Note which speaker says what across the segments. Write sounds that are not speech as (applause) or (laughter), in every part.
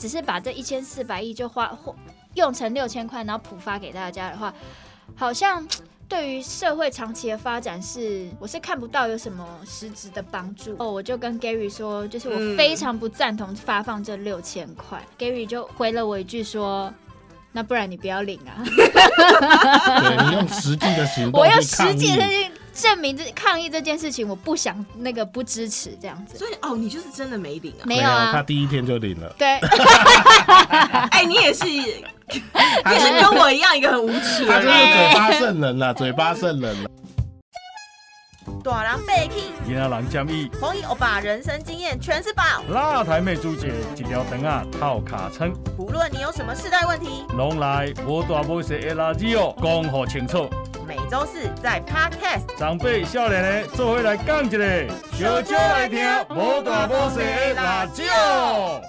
Speaker 1: 只是把这一千四百亿就花或用成六千块，然后普发给大家的话，好像对于社会长期的发展是我是看不到有什么实质的帮助。哦，我就跟 Gary 说，就是我
Speaker 2: 嗯
Speaker 1: 非常不赞同发放这六千块。Gary 就回了我一句说。那不然你不要领啊！
Speaker 3: 对你用实际的行动
Speaker 1: 我
Speaker 3: 去
Speaker 1: 要
Speaker 3: 抗
Speaker 1: 实
Speaker 3: 议
Speaker 1: 际的去证明这抗议这件事情，我不想那个不支持这样子。
Speaker 2: 所以哦，你就是真的没领 (laughs) 啊？
Speaker 1: 没
Speaker 3: 没
Speaker 1: 有
Speaker 3: 他
Speaker 1: 啊，
Speaker 3: 第一天就
Speaker 2: (laughs)
Speaker 3: 领了。
Speaker 1: 对，
Speaker 2: 哎，你 (laughs) 也是，你也是跟我一样一个很无耻
Speaker 3: 他
Speaker 2: 的
Speaker 3: 就是
Speaker 2: 人。
Speaker 3: 嘴巴圣人啦，嘴巴圣人啦。啊
Speaker 4: 大人被庆，
Speaker 5: 今仔人建议，
Speaker 4: 黄奕欧巴人生经验全是宝。
Speaker 5: 那台妹主姐一条肠啊套卡称，
Speaker 4: 不论你有什么世代问题，
Speaker 5: 拢来无大无小的垃圾哦，讲好清楚。
Speaker 4: 每周四在 Podcast。
Speaker 5: 长辈少年的做伙来讲一个，
Speaker 4: 小酒来听无大无小的辣椒。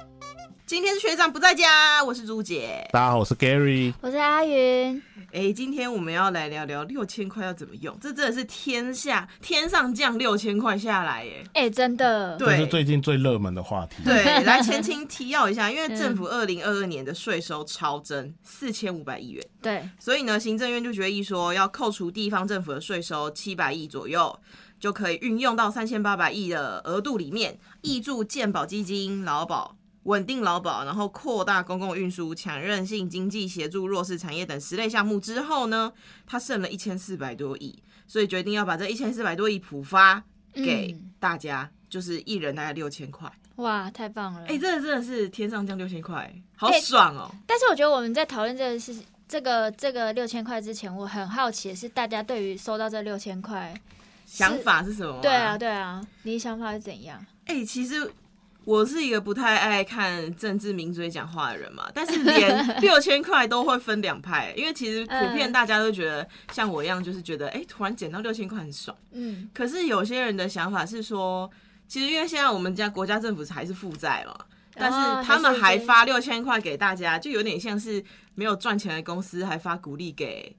Speaker 2: 今天是学长不在家，我是朱姐。
Speaker 3: 大家好，我是 Gary。
Speaker 1: 我是阿云。
Speaker 2: 哎，今天我们要来聊聊六千块要怎么用，这真的是天下天上降六千块下来耶。
Speaker 1: 哎、真的，
Speaker 2: 对
Speaker 3: 这是最近最热门的话题。
Speaker 2: 对，来前情提要一下，因为政 (laughs) 府二零二二年的税收超增四千五百亿元，
Speaker 1: 对，
Speaker 2: 所以呢，行政院就决议说要扣除地方政府的税收七百亿左右，就可以运用到三千八百亿的额度里面，挹注健保基金、劳保。稳定劳保，然后扩大公共运输、强韧性经济、协助弱势产业等十类项目之后呢，它剩了一千四百多亿，所以决定要把这一千四百多亿普发给
Speaker 1: 嗯
Speaker 2: 大家，就是一人大概六千块。
Speaker 1: 哇，太棒了！
Speaker 2: 哎、这个真的是天上降六千块，好
Speaker 1: 哎
Speaker 2: 爽哦、
Speaker 1: 但是我觉得我们在讨论这个事情，这个这个六千块之前，我很好奇的是大家对于收到这六千块，
Speaker 2: 想法是什么、
Speaker 1: 对啊，，对啊，你想法是怎样？
Speaker 2: 哎、其实我是一个不太爱看政治名嘴讲话的人嘛，但
Speaker 1: (laughs)
Speaker 2: 是连六千块都会分两派，因为其实普遍
Speaker 1: 嗯
Speaker 2: 大家都觉得像我一样，就是觉得哎、突然捡到六千块很爽。
Speaker 1: 嗯，
Speaker 2: 可是有些人的想法是说，其实因为现在我们家国家政府还是负债嘛。但
Speaker 1: 哦
Speaker 2: 是他们还发六千块给大家，就有点像是没有赚钱的公司还发鼓励给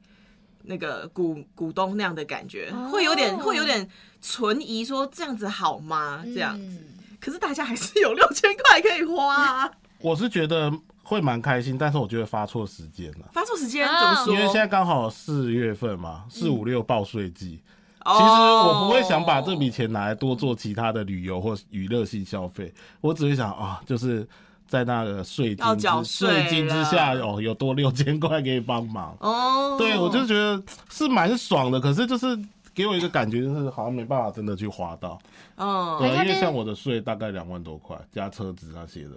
Speaker 2: 那个股股东那样的感觉，
Speaker 1: 哦
Speaker 2: 会有点会有点存疑，说这样子好吗？这样子，
Speaker 1: 嗯
Speaker 2: 可是大家还是有六千块可以花、啊，
Speaker 3: 我是觉得会蛮开心，但是我觉得发错时间了。
Speaker 2: (laughs) 发错时间怎
Speaker 1: 哦
Speaker 2: 么说？
Speaker 3: 因为现在刚好四月份嘛，四五六报税季，
Speaker 2: 哦
Speaker 3: 其实我不会想把这笔钱拿来多做其他的旅游或娱乐性消费，我只会想啊，就是在那个税
Speaker 2: 要
Speaker 3: 金
Speaker 2: 缴
Speaker 3: 之
Speaker 2: 税
Speaker 3: 税金之
Speaker 2: 了
Speaker 3: 下，哦，有多六千块可以帮忙。
Speaker 2: 哦，
Speaker 3: 对，我就觉得是蛮爽的，可是就是给我一个感觉，就是好像没办法真的去花到。
Speaker 1: 哎
Speaker 3: 对，啊
Speaker 2: 嗯，
Speaker 3: 因
Speaker 1: 它就
Speaker 3: 为
Speaker 1: 是
Speaker 3: 像我的税大概两万多块，加车子那些的，就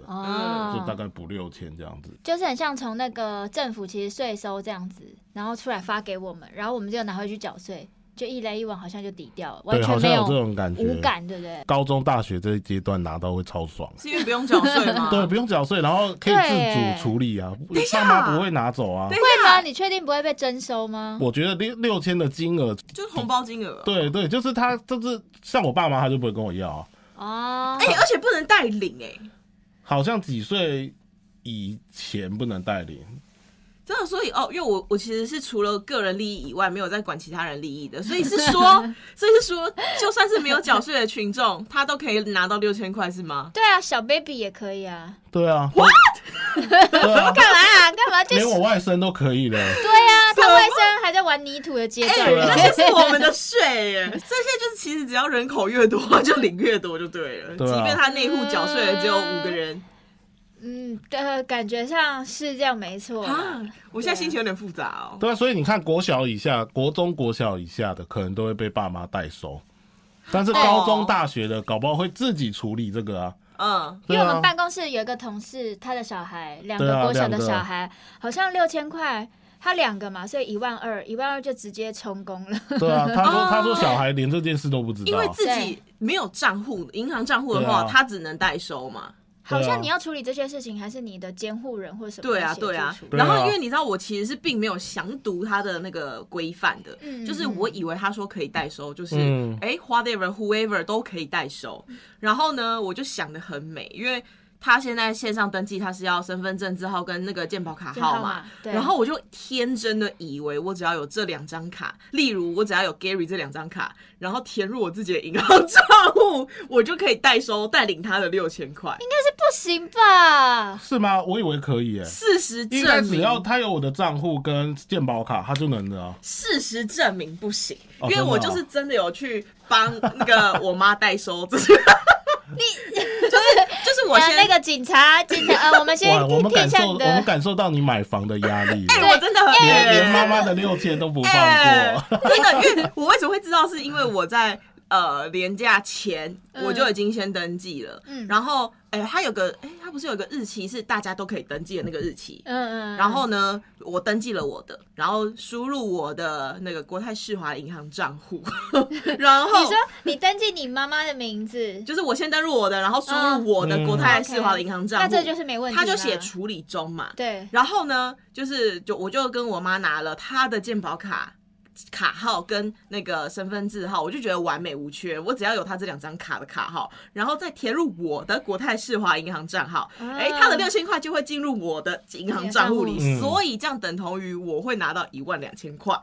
Speaker 2: 嗯
Speaker 3: 大
Speaker 1: 哦，
Speaker 3: 概不六千这样子。
Speaker 1: 就是很像从那个政府其实税收这样子，然后出来发给我们，然后我们就拿回去缴税，就一来一往，好像就抵掉了，完
Speaker 3: 对，好
Speaker 1: 全
Speaker 3: 像
Speaker 1: 没
Speaker 3: 有这种感觉。
Speaker 1: 无感，对不对？
Speaker 3: 高中、大学这一阶段拿到会超爽。啊
Speaker 2: 是因为不用缴税吗？
Speaker 3: (laughs) 对，不用缴税，然后可以
Speaker 1: 哦对
Speaker 3: 自主处理啊，爸妈不会拿走啊
Speaker 2: 对。
Speaker 1: 会吗？你确定不会被征收吗？
Speaker 3: 我觉得六六千的金额，
Speaker 2: 就是红包金额。
Speaker 3: 对对，就是他，就是像我爸妈，他就不会跟我要、啊，
Speaker 1: 哦，
Speaker 2: 哎、而且不能代领哎、
Speaker 3: 好像几岁以前不能带领，
Speaker 2: 真的，所以哦，因为我我其实是除了个人利益以外，没有在管其他人利益的，所以是 (laughs) 说，所以是说，就算是没有缴税的群众，他都可以拿到六千块，是吗？
Speaker 1: 对啊，小 baby 也可以啊。
Speaker 3: 对啊，对
Speaker 1: (laughs)
Speaker 3: 啊，
Speaker 1: 干嘛啊？干嘛？就是
Speaker 3: 连我外甥都可以了。
Speaker 1: 对啊，
Speaker 2: 什么
Speaker 1: 他外甥还在玩泥土的阶
Speaker 2: 哎、
Speaker 1: 段。
Speaker 2: 那些是我们的税
Speaker 3: (laughs)
Speaker 2: 耶，这些就是其实只要人口越多，就领越多就对了。
Speaker 3: 对啊
Speaker 2: 即便他内户缴税的只有五个人
Speaker 1: 嗯，呃，感觉上是这样，没错啦。
Speaker 2: 啊，我现在心情有点复杂哦。
Speaker 3: 对啊，所以你看，国小以下、国中、国小以下的，可能都会被爸妈代收，但是高中、
Speaker 2: 哦
Speaker 3: 大学的，搞不好会自己处理这个啊。
Speaker 2: 嗯，
Speaker 1: 因
Speaker 3: 对
Speaker 1: 为我
Speaker 3: 啊
Speaker 1: 们，办公室有一个同事，他的小孩两
Speaker 3: 对
Speaker 1: 个
Speaker 3: 啊
Speaker 1: 国小的
Speaker 3: 两个
Speaker 1: 小孩，好像六千块，他两个嘛，所以一万二，一万二就直接充公了。(laughs)
Speaker 3: 对啊，他说
Speaker 2: 哦
Speaker 3: 他说小孩连这件事都不知
Speaker 2: 因
Speaker 3: 道
Speaker 2: 为，自己没有账户，银行账户的话，
Speaker 3: 对啊
Speaker 2: 他只能代收嘛。
Speaker 1: 好
Speaker 3: 对啊
Speaker 1: 像你要处理这些事情，还是你的监护人或什么
Speaker 2: 对
Speaker 1: 要
Speaker 2: 啊，
Speaker 1: 协助
Speaker 2: 对啊
Speaker 1: 处理。
Speaker 3: 对
Speaker 2: 然后
Speaker 3: 啊
Speaker 2: 因为你知道，我其实是并没有详读他的那个规范的，
Speaker 1: 嗯
Speaker 2: 就是我以为他说可以代收，就是哎、
Speaker 3: 嗯
Speaker 1: 嗯
Speaker 2: 诶 whatever whoever 都可以代收。然后呢，我就想的很美，因为。他现在线上登记，他是要身份证字号跟那个健保卡
Speaker 1: 健保
Speaker 2: 号
Speaker 1: 码
Speaker 2: 码。
Speaker 1: 对
Speaker 2: 然后我就天真的以为我只要有这两张卡，例如我只要有 Gary 这两张卡，然后填入我自己的银行账户，我就可以代收带领他的六千块。
Speaker 1: 不行吧？
Speaker 3: 是吗？我以为可以诶、
Speaker 2: 事实
Speaker 3: 应该
Speaker 2: 证
Speaker 3: 只
Speaker 2: 明，
Speaker 3: 要他有我的账户跟健保卡，他就能的啊。
Speaker 2: 事实证明不行，
Speaker 3: 哦
Speaker 2: 因为我
Speaker 3: 真的
Speaker 2: 就
Speaker 3: 哦
Speaker 2: 是真的有去帮那
Speaker 3: (laughs)
Speaker 2: 个我妈代收，就是你 (laughs) 就是就是我
Speaker 1: 那
Speaker 2: 先
Speaker 1: 呃那个警察，警察，
Speaker 3: (laughs)
Speaker 1: 呃，我们先
Speaker 3: 哇，我们
Speaker 1: 听
Speaker 3: 感
Speaker 1: 一下
Speaker 3: 受，
Speaker 1: 你
Speaker 3: 我们
Speaker 1: 的，
Speaker 3: 感受到你买房的压力了，
Speaker 2: 哎、我真的很
Speaker 3: 连连妈妈的六千都不放
Speaker 2: 哎，
Speaker 3: 过。
Speaker 2: 真的，因为我为什么会知道，是因为我在呃廉假前
Speaker 1: 嗯
Speaker 2: 我就已经先登记了，
Speaker 1: 嗯
Speaker 2: 然后哎、它有个哎、它不是有个日期是大家都可以登记的那个日期。
Speaker 1: 嗯嗯，
Speaker 2: 然后呢，我登记了我的，然后输入我的那个国泰世华银行账户， (laughs) 然后
Speaker 1: 你说你登记你妈妈的名字，
Speaker 2: 就是我先登入我的，然后输入我的
Speaker 3: 嗯
Speaker 2: 国泰世华的银行账户，
Speaker 1: 嗯那这就是没问题啦，
Speaker 2: 他就写处理中嘛，
Speaker 1: 对，
Speaker 2: 然后呢，就是就我就跟我妈拿了她的健保卡卡号跟那个身份证号，我就觉得完美无缺，我只要有她这两张卡的卡号，然后再填入我的国泰世华银行账号，
Speaker 1: 啊
Speaker 2: 哎、她的六千块就会进入我的银行账户里，
Speaker 3: 银行账户
Speaker 2: 所以这样等同于我会拿到一万两千块。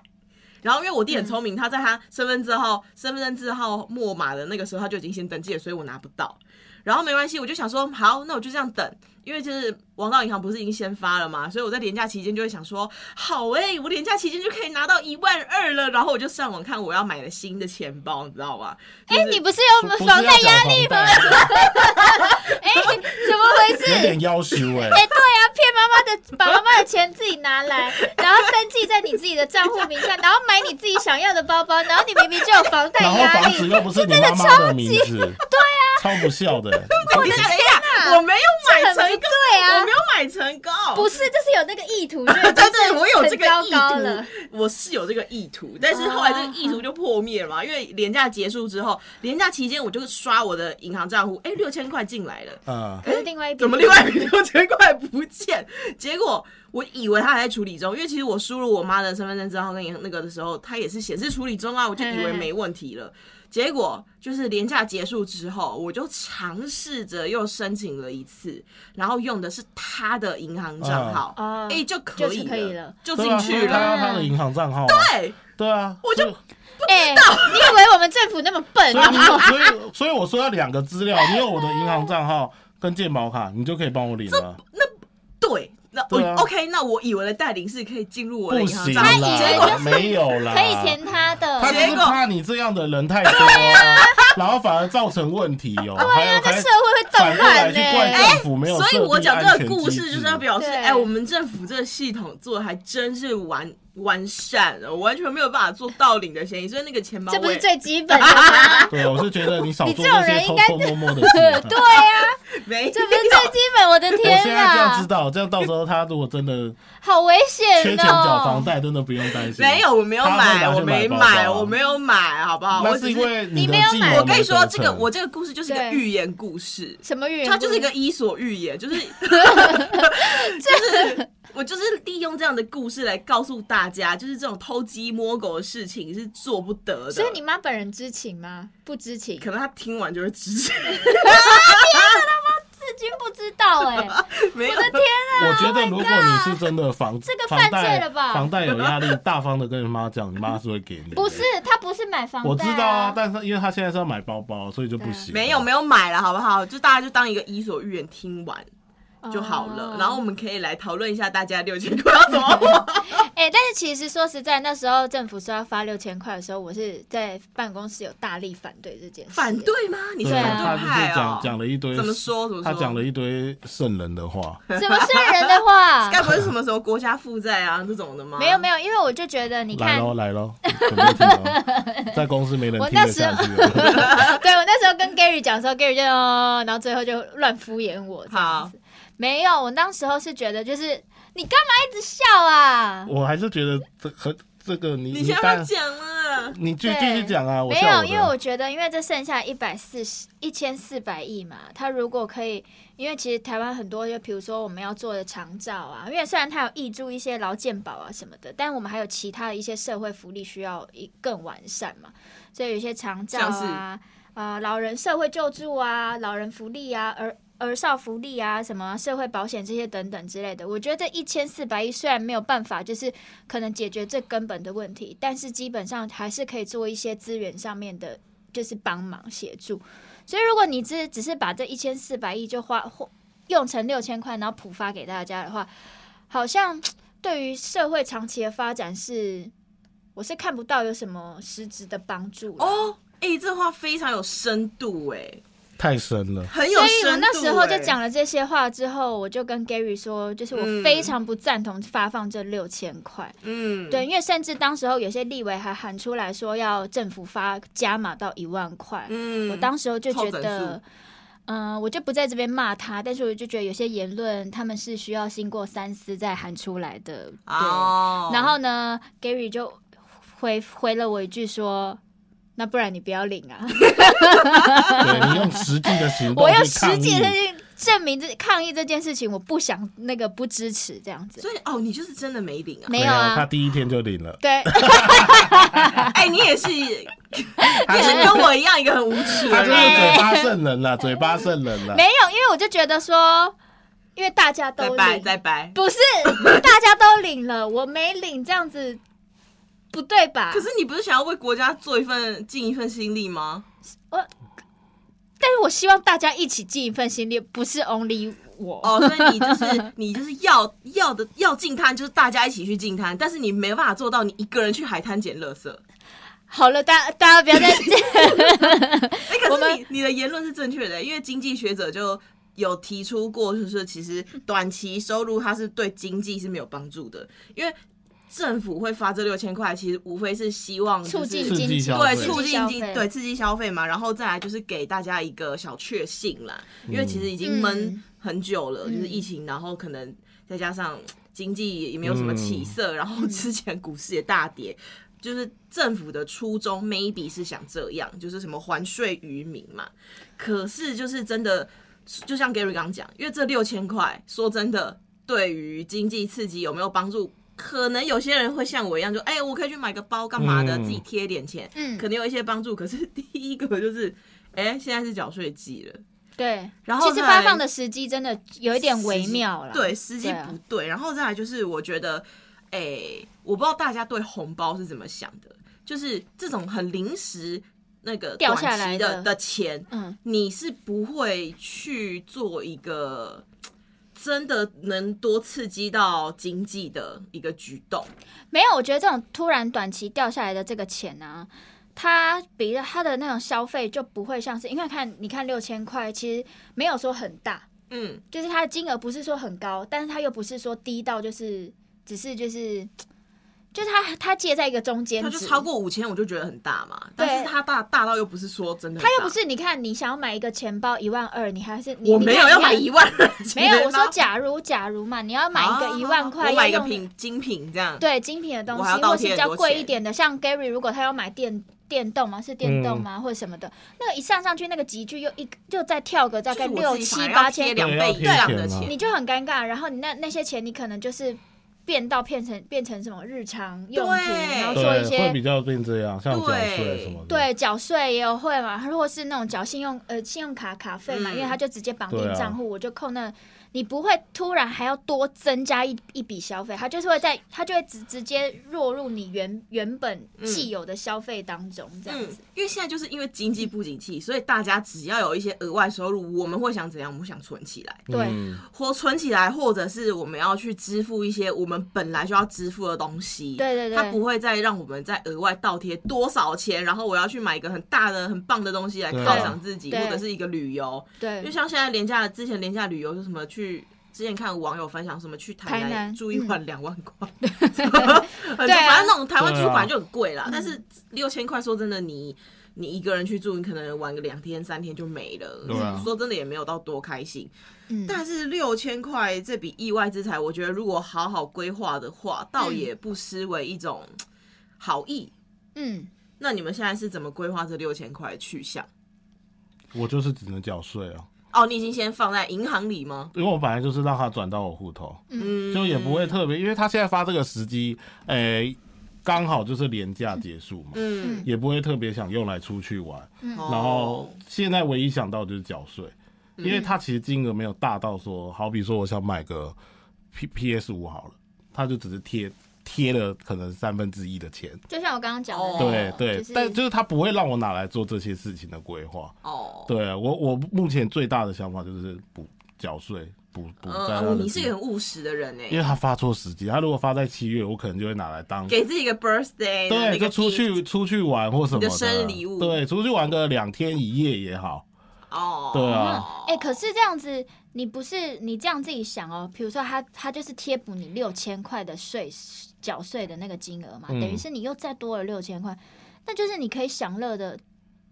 Speaker 2: 然后因为我弟很聪明，他在他身份证号、身份证字号末码的那个时候，他就已经先登记了，所以我拿不到。然后没关系，我就想说，好，那我就这样等，因为就是王道银行不是已经先发了嘛，所以我在廉价期间就会想说，好哎、我廉价期间就可以拿到一万二了。然后我就上网看我要买的新的钱包，你知道吗？
Speaker 1: 哎，你不是有
Speaker 3: 不是
Speaker 1: 房
Speaker 3: 要
Speaker 1: 贷
Speaker 3: 缴
Speaker 1: 压
Speaker 3: 房
Speaker 1: 力吗？
Speaker 3: 贷
Speaker 1: 哎，怎么回
Speaker 3: 有
Speaker 1: 事？
Speaker 3: 点要求哎、
Speaker 1: 哎、对啊，骗妈妈的，把妈妈的钱自己拿来，然后登记在你自己的账户名下，然后买你自己想要的包包，然后你明明就有房贷
Speaker 3: 然后
Speaker 1: 压
Speaker 3: 房子
Speaker 1: 力，
Speaker 3: 又不是你妈妈的名字，对啊，超不孝的、
Speaker 1: 哦
Speaker 2: 等一下，等一下，我没有买
Speaker 1: 很不
Speaker 2: 成功，
Speaker 1: 对啊
Speaker 2: 我没有买成功，
Speaker 1: 不是，就是有那个意
Speaker 2: (laughs)
Speaker 1: 图，就
Speaker 2: 对对对，我有这个
Speaker 1: 糟
Speaker 2: 意
Speaker 1: 糕了。
Speaker 2: 图，我是有这个意图，但是后来这个意图就破灭了嘛，因为廉价结束之后，廉价期间我就刷我的银行账户，哎、六千块进来了。
Speaker 1: 啊
Speaker 3: 嗯，
Speaker 1: 可是另外一笔
Speaker 2: 怎么另外一笔六千块不见？结果我以为他还在处理中，因为其实我输入我妈的身份证字号跟银那个的时候，它也是显示处理中啊，我就以为没问题了。结果就是廉假结束之后，我就尝试着又申请了一次，然后用的是他的银行账号，哎、
Speaker 1: 哦
Speaker 2: 就可
Speaker 1: 就
Speaker 2: 以
Speaker 1: 是可以了
Speaker 2: 就
Speaker 3: 对啊，
Speaker 2: 进
Speaker 3: 是
Speaker 2: 去了。哎
Speaker 3: 他他的银行账号啊、
Speaker 2: 对，
Speaker 3: 对啊，
Speaker 2: 我就
Speaker 3: 所以
Speaker 1: 哎、你以为我们政府那么笨
Speaker 3: 所以你
Speaker 1: 啊？
Speaker 3: 有，所以所以我说要两个资料，你有我的银行账号跟健保卡，你就可以帮我领了。
Speaker 2: 对，那我、
Speaker 3: 对啊
Speaker 2: OK，那我以为的带领是可以进入我的
Speaker 3: 不
Speaker 2: 银行
Speaker 3: 行啊
Speaker 2: 账户，
Speaker 1: 哎
Speaker 2: 结果
Speaker 3: 啦，没有啦，
Speaker 1: 可以填他的，
Speaker 3: 啊
Speaker 1: 啊
Speaker 3: 他就是
Speaker 2: 结果
Speaker 3: 怕你这样的人太多啊，然后反而造成问题哦，还有
Speaker 1: 啊那
Speaker 3: 还
Speaker 1: 社会会
Speaker 3: 反
Speaker 1: 动
Speaker 3: 过来
Speaker 1: 乱
Speaker 3: 去
Speaker 1: 呢、哎
Speaker 3: 怪政府没有
Speaker 2: 所以我
Speaker 3: 设定
Speaker 2: 讲
Speaker 3: 安
Speaker 2: 这个
Speaker 3: 全
Speaker 2: 故
Speaker 3: 机
Speaker 2: 事
Speaker 3: 制
Speaker 2: 就是要表示，
Speaker 1: 对
Speaker 2: 哎、我们政府这个系统做的还真是完完善了，我完全没有办法做盗领的嫌疑，所以那个钱包
Speaker 1: 这不
Speaker 2: 我
Speaker 1: 是
Speaker 2: 也
Speaker 1: 最基本的
Speaker 2: (laughs)
Speaker 1: 吗？
Speaker 3: (laughs) 对，我是觉得你少
Speaker 1: 你
Speaker 3: 做
Speaker 1: 这种
Speaker 3: 那些
Speaker 1: 人
Speaker 3: 偷
Speaker 1: 应该
Speaker 3: 偷摸摸
Speaker 1: (laughs)
Speaker 3: 的事。
Speaker 1: 对呀、啊，
Speaker 2: 没
Speaker 1: 这不是最基本，我的
Speaker 3: 我现
Speaker 1: 天
Speaker 3: 在这样知
Speaker 1: 啊，
Speaker 3: 道，这样到时候他如果真的
Speaker 1: 好危
Speaker 3: 缺
Speaker 1: 险
Speaker 3: 钱缴房
Speaker 1: 哦！
Speaker 3: 贷，真的不用担心。
Speaker 2: 没有，我没有
Speaker 3: 他会
Speaker 2: 买，我没
Speaker 3: 拿去买包包
Speaker 2: 买，
Speaker 3: 啊
Speaker 2: 我没有买，好不好？
Speaker 3: 那
Speaker 2: 我只
Speaker 3: 是因为
Speaker 1: 你
Speaker 3: 的
Speaker 1: 没有
Speaker 3: 计
Speaker 1: 买
Speaker 3: 谋
Speaker 2: 我跟你说，
Speaker 3: 得
Speaker 2: 这个
Speaker 3: 逞
Speaker 2: 我这个故事就是一个
Speaker 1: 对
Speaker 2: 寓言故事，
Speaker 1: 什么语言？
Speaker 2: 它就是一个伊索寓言，
Speaker 1: (laughs)
Speaker 2: 就是就是我就是利用这样的故事来告诉大家，就是这种偷鸡摸狗的事情是做不得的。
Speaker 1: 所以你妈本人知情吗？不知情， (laughs)
Speaker 2: 可能他听完就会知情，
Speaker 1: 至今不知道哎、
Speaker 2: 没有。
Speaker 1: 啊
Speaker 3: (laughs) 我觉得如果你
Speaker 1: ，Oh
Speaker 3: 是真的房，
Speaker 1: 这个
Speaker 3: 房
Speaker 1: 犯
Speaker 3: 贷
Speaker 1: 罪了吧
Speaker 3: 房贷有压力，大方的跟你妈讲，你妈是会给你的。
Speaker 1: 不是，她不是买房贷、啊，啊
Speaker 3: 我知道啊，但是因为他现在是要买包包，所以就不行。啊
Speaker 2: 没有没有买了，好不好？就大家就当一个伊索寓言听完就好了。
Speaker 1: 哦
Speaker 2: 然后我们可以来讨论一下大家六千块要怎么
Speaker 1: (laughs)
Speaker 2: 花。
Speaker 1: 哎、但是其实说实在，那时候政府说要发六千块的时候，我是在办公室有大力反对这件事。
Speaker 2: 反？对吗？你是
Speaker 3: 对
Speaker 2: 反对
Speaker 3: 啊，他就是
Speaker 2: 派哦
Speaker 3: 讲、讲了一堆，
Speaker 2: 怎么说怎么说
Speaker 3: 他讲了一堆圣人的话，
Speaker 1: 什么圣人的
Speaker 2: (laughs)
Speaker 1: 话？
Speaker 2: 该不
Speaker 3: (laughs)
Speaker 2: 会是什么时候国家负债啊这种的吗？
Speaker 1: 没有没有，因为我就觉得你
Speaker 3: 来
Speaker 1: 看，
Speaker 3: 喽来喽，准备听
Speaker 1: (laughs)
Speaker 3: 哦在公司没人
Speaker 1: 我
Speaker 3: 听
Speaker 1: 那
Speaker 3: 得
Speaker 1: 时
Speaker 3: 下去了。
Speaker 1: (laughs)
Speaker 3: (laughs)
Speaker 1: 对我那时候跟 Gary 讲的时候，Gary 就哦，然后最后就乱敷衍我这样子。没有，我当时候是觉得就是你干嘛一直笑啊？
Speaker 3: 我还是觉得这和这个你
Speaker 2: 你先让他
Speaker 3: 当
Speaker 2: 讲啊。
Speaker 3: 你继
Speaker 1: 对
Speaker 3: 继续讲啊，我
Speaker 1: 没
Speaker 3: 笑
Speaker 1: 有，
Speaker 3: 的
Speaker 1: 因为我觉得，因为这剩下一百四十一千四百亿嘛，它如果可以，因为其实台湾很多，就比如说我们要做的长照啊，因为虽然它有挹注一些劳健保啊什么的，但我们还有其他的一些社会福利需要一更完善嘛，所以有一些长照呃
Speaker 2: 像
Speaker 1: 啊，啊、老人社会救助啊，老人福利啊，儿儿少福利啊、什么社会保险这些等等之类的。我觉得这一千四百亿虽然没有办法，就是可能解决最根本的问题，但是基本上还是可以做一些资源上面的，就是帮忙协助。所以如果你只只是把这一千四百亿就花或用成六千块，然后普发给大家的话，好像对于社会长期的发展是，我是看不到有什么实质的帮助啦。
Speaker 2: 哦，哎、这话非常有深度哎、
Speaker 3: 太深了。 (laughs)
Speaker 2: 很有
Speaker 1: 所
Speaker 2: 深度、
Speaker 1: 以我那时候就
Speaker 2: 哎
Speaker 1: 讲了这些话之后，我就跟 Gary 说，就是我
Speaker 2: 嗯
Speaker 1: 非常不赞同发放这六千块。
Speaker 2: 嗯，
Speaker 1: 对，因为甚至当时候有些立委还喊出来说要政府发加码到一万块，
Speaker 2: 嗯，
Speaker 1: 我当时候就觉
Speaker 2: 凑整
Speaker 1: 得
Speaker 2: 数，
Speaker 1: 嗯、我就不在这边骂他，但是我就觉得有些言论他们是需要经过三思再喊出来的。对，
Speaker 2: 哦，
Speaker 1: 然后呢，Gary 就回回了我一句说。那不然你不要领啊！
Speaker 3: 对你用实际的行动
Speaker 1: (laughs) 我
Speaker 3: 去
Speaker 1: 要
Speaker 3: 抗
Speaker 1: 实
Speaker 3: 议
Speaker 1: 际的去证明这抗议这件事情，我不想那个不支持这样子。
Speaker 2: 所以哦，你就是真的没领啊？
Speaker 1: 没
Speaker 3: 没
Speaker 1: 有
Speaker 3: 他
Speaker 1: 啊，
Speaker 3: 第一天就领了。
Speaker 1: 对， (laughs)
Speaker 2: 哎、你也是，你也是跟我一样一个很无耻
Speaker 3: 他
Speaker 2: 的
Speaker 3: 就是
Speaker 2: 人。
Speaker 3: 嘴巴圣人了，嘴巴圣人了
Speaker 1: 没。有，因为我就觉得说，因为大家
Speaker 2: 再
Speaker 1: 都
Speaker 2: 掰
Speaker 1: 领，
Speaker 2: 再掰，
Speaker 1: 不是大家都领了，我没领，这样子不对吧？
Speaker 2: 可是你不是想要为国家做一份尽一份心力吗？
Speaker 1: 但是我希望大家一起尽一份心力，不是 only 我。
Speaker 2: 哦，所以你就是你就是要要的要净滩，就是大家一起去净滩，但是你没办法做到你一个人去海滩捡垃圾。
Speaker 1: 好了，大大家不要再
Speaker 2: 哎、可是你你的言论是正确的，因为经济学者就有提出过，就是其实短期收入它是对经济是没有帮助的，因为政府会发这六千块，其实无非是希望、就
Speaker 1: 促
Speaker 2: 是、
Speaker 1: 进
Speaker 2: (laughs)
Speaker 3: 刺激
Speaker 1: 经济，
Speaker 3: 消
Speaker 2: 对
Speaker 3: 费
Speaker 2: 促进
Speaker 1: 消
Speaker 2: 经
Speaker 1: 费
Speaker 2: 对刺激消费嘛，然后再来就是给大家一个小确幸啦，因为其实已经闷
Speaker 1: 嗯
Speaker 2: 很久了，就是疫情，然后可能再加上经济也没有什么
Speaker 3: 嗯
Speaker 2: 起色，然
Speaker 1: 嗯
Speaker 2: 后之前股市也大跌。就是政府的初衷，maybe 是想这样，就是什么还税于民嘛。可是就是真的，就像 Gary 刚刚讲，因为这六千块，说真的，对于经济刺激有没有帮助？可能有些人会像我一样，就哎、我可以去买个包干嘛的，
Speaker 3: 嗯
Speaker 2: 自己贴点钱，
Speaker 1: 嗯
Speaker 2: 可能有一些帮助。可是第一个就是， (laughs) 哎、现在是缴税季了，
Speaker 1: 对。
Speaker 2: 然后
Speaker 1: 其实
Speaker 2: 再来
Speaker 1: 发放的时机真的有一点微妙了。
Speaker 2: 对，时机
Speaker 1: 对啊
Speaker 2: 不对。然后再来就是，我觉得，哎、我不知道大家对红包是怎么想的，就是这种很临时那个
Speaker 1: 掉
Speaker 2: 短
Speaker 1: 下来
Speaker 2: 期
Speaker 1: 的
Speaker 2: 的的钱，
Speaker 1: 嗯，
Speaker 2: 你是不会去做一个真的能多刺激到经济的一个举动。
Speaker 1: 没有，我觉得这种突然短期掉下来的这个钱啊，它比它的那种消费就不会像是，因为看你看六千块，其实没有说很大，
Speaker 2: 嗯，
Speaker 1: 就是它的金额不是说很高，但是它又不是说低到就是只是就是。就是它，它介在一个中间
Speaker 2: 它
Speaker 1: 值，
Speaker 2: 就超过五千，我就觉得很大嘛。但是它大大到又不是说真的很
Speaker 1: 它
Speaker 2: 大，
Speaker 1: 又不是你看，你想要买一个钱包一万二，你还是你
Speaker 2: 我
Speaker 1: 你
Speaker 2: 没
Speaker 1: 看
Speaker 2: 有要买
Speaker 1: 你看
Speaker 2: 一万
Speaker 1: (laughs)
Speaker 2: 二，
Speaker 1: 没有，我说假如假如嘛，你要买一个一万块，
Speaker 2: 啊哦我买一
Speaker 1: 要
Speaker 2: 个
Speaker 1: 用
Speaker 2: 品精品这样。
Speaker 1: 对精品的东
Speaker 2: 我
Speaker 1: 西，
Speaker 2: 还要倒
Speaker 1: 或是
Speaker 2: 贴
Speaker 1: 比
Speaker 2: 很
Speaker 1: 较
Speaker 2: 多
Speaker 1: 贵一
Speaker 2: 钱
Speaker 1: 点的，像 Gary 如果他要买电电动嘛，是电
Speaker 3: 嗯
Speaker 1: 动嘛、或者什么的，那个一上上去那个集聚又一又再跳个大
Speaker 2: 就是
Speaker 1: 概
Speaker 2: 我
Speaker 1: 六
Speaker 2: 自己
Speaker 1: 七
Speaker 2: 反而要
Speaker 1: 八
Speaker 2: 贴
Speaker 1: 千，
Speaker 2: 两倍以上的
Speaker 3: 对要贴钱啊
Speaker 2: 钱，
Speaker 1: 你就很尴尬。然后你那那些钱，你可能就是变到变成变成什么日常用途，
Speaker 2: 对
Speaker 1: 然后做一
Speaker 3: 对，会
Speaker 1: 些
Speaker 3: 比。较变这样，像缴
Speaker 2: 对
Speaker 3: 税什么的。
Speaker 1: 对，缴税也有会嘛，或是那种缴信用呃信用卡卡费嘛，
Speaker 2: 嗯
Speaker 1: 因为他就直接绑定
Speaker 3: 对啊
Speaker 1: 账户，我就扣那，你不会突然还要多增加一一笔消费，它就是会在它就会直直接落入你原原本既有的消费当中这样
Speaker 2: 嗯
Speaker 1: 子。，
Speaker 2: 因为现在就是因为经济不景气，所以大家只要有一些额外收入，我们会想怎样？我们想存起来，
Speaker 1: 对
Speaker 3: 嗯
Speaker 2: 或存起来，或者是我们要去支付一些我们本来就要支付的东西。
Speaker 1: 对对对
Speaker 2: 它不会再让我们再额外倒贴多少钱，然后我要去买一个很大的、很棒的东西来
Speaker 3: 对
Speaker 2: 犒赏自己，
Speaker 1: 对
Speaker 2: 或者是一个旅游。就
Speaker 1: 对，
Speaker 2: 像现在廉价，之前廉价旅游是什么去。之前看网友分享什么去台
Speaker 1: 台南嗯
Speaker 2: 南住一晚两万
Speaker 1: (laughs)
Speaker 2: 块，反
Speaker 1: 对啊嗯
Speaker 2: 正那种台湾住
Speaker 3: 对啊
Speaker 2: 本来就很贵啦，但是六千块说真的你，你一个人去住，你可能玩个两天三天就没了，
Speaker 3: 对啊
Speaker 2: 说真的也没有到多开心。
Speaker 1: 嗯，
Speaker 2: 但是六千块这笔意外之财，我觉得如果好好规划的话，倒也不失为一种嘖好意。
Speaker 1: 嗯，
Speaker 2: 那你们现在是怎么规划这六千块的去向？
Speaker 3: 我就是只能缴税啊，
Speaker 2: 哦，你已经先放在银行里吗？
Speaker 3: 因为我本来就是让他转到我户头，
Speaker 2: 嗯，
Speaker 3: 就也不会特别，因为他现在发这个时机，诶、刚好就是廉价结束嘛，
Speaker 2: 嗯，
Speaker 1: 嗯
Speaker 3: 也不会特别想用来出去玩。
Speaker 2: 然
Speaker 3: 然后现在唯一想到就是缴税，
Speaker 2: 嗯
Speaker 3: 因为它其实金额没有大到说，好比说我想买个 P P S 五好了，它就只是贴贴了可能三分之一的钱，
Speaker 1: 就像我刚刚讲的
Speaker 2: 哦
Speaker 1: 那
Speaker 3: 对
Speaker 1: 个，
Speaker 3: 对，
Speaker 1: 就是
Speaker 3: 但就是它不会让我拿来做这些事情的规划。
Speaker 2: 哦，
Speaker 3: 对啊我我目前最大的想法就是补缴税，补补在它
Speaker 2: 嗯，
Speaker 3: 的
Speaker 2: 哦你是一
Speaker 3: 金
Speaker 2: 个很务实的人
Speaker 3: 因为
Speaker 2: 哎，
Speaker 3: 它发错时机，它如果发在七月，我可能就会拿来当
Speaker 2: 给自己一个 birthday，的
Speaker 3: 对，
Speaker 2: 那个
Speaker 3: 就出
Speaker 2: gift
Speaker 3: 去出去玩或什么
Speaker 2: 你的生日礼物
Speaker 3: 对，出去玩个两天一夜也好，
Speaker 2: 哦，
Speaker 3: 对啊
Speaker 1: 哎、可是这样子，你不是你这样自己想哦，比如说他他就是贴补你六千块的税缴税的那个金额嘛，
Speaker 3: 嗯
Speaker 1: 等于是你又再多了六千块，那就是你可以享乐的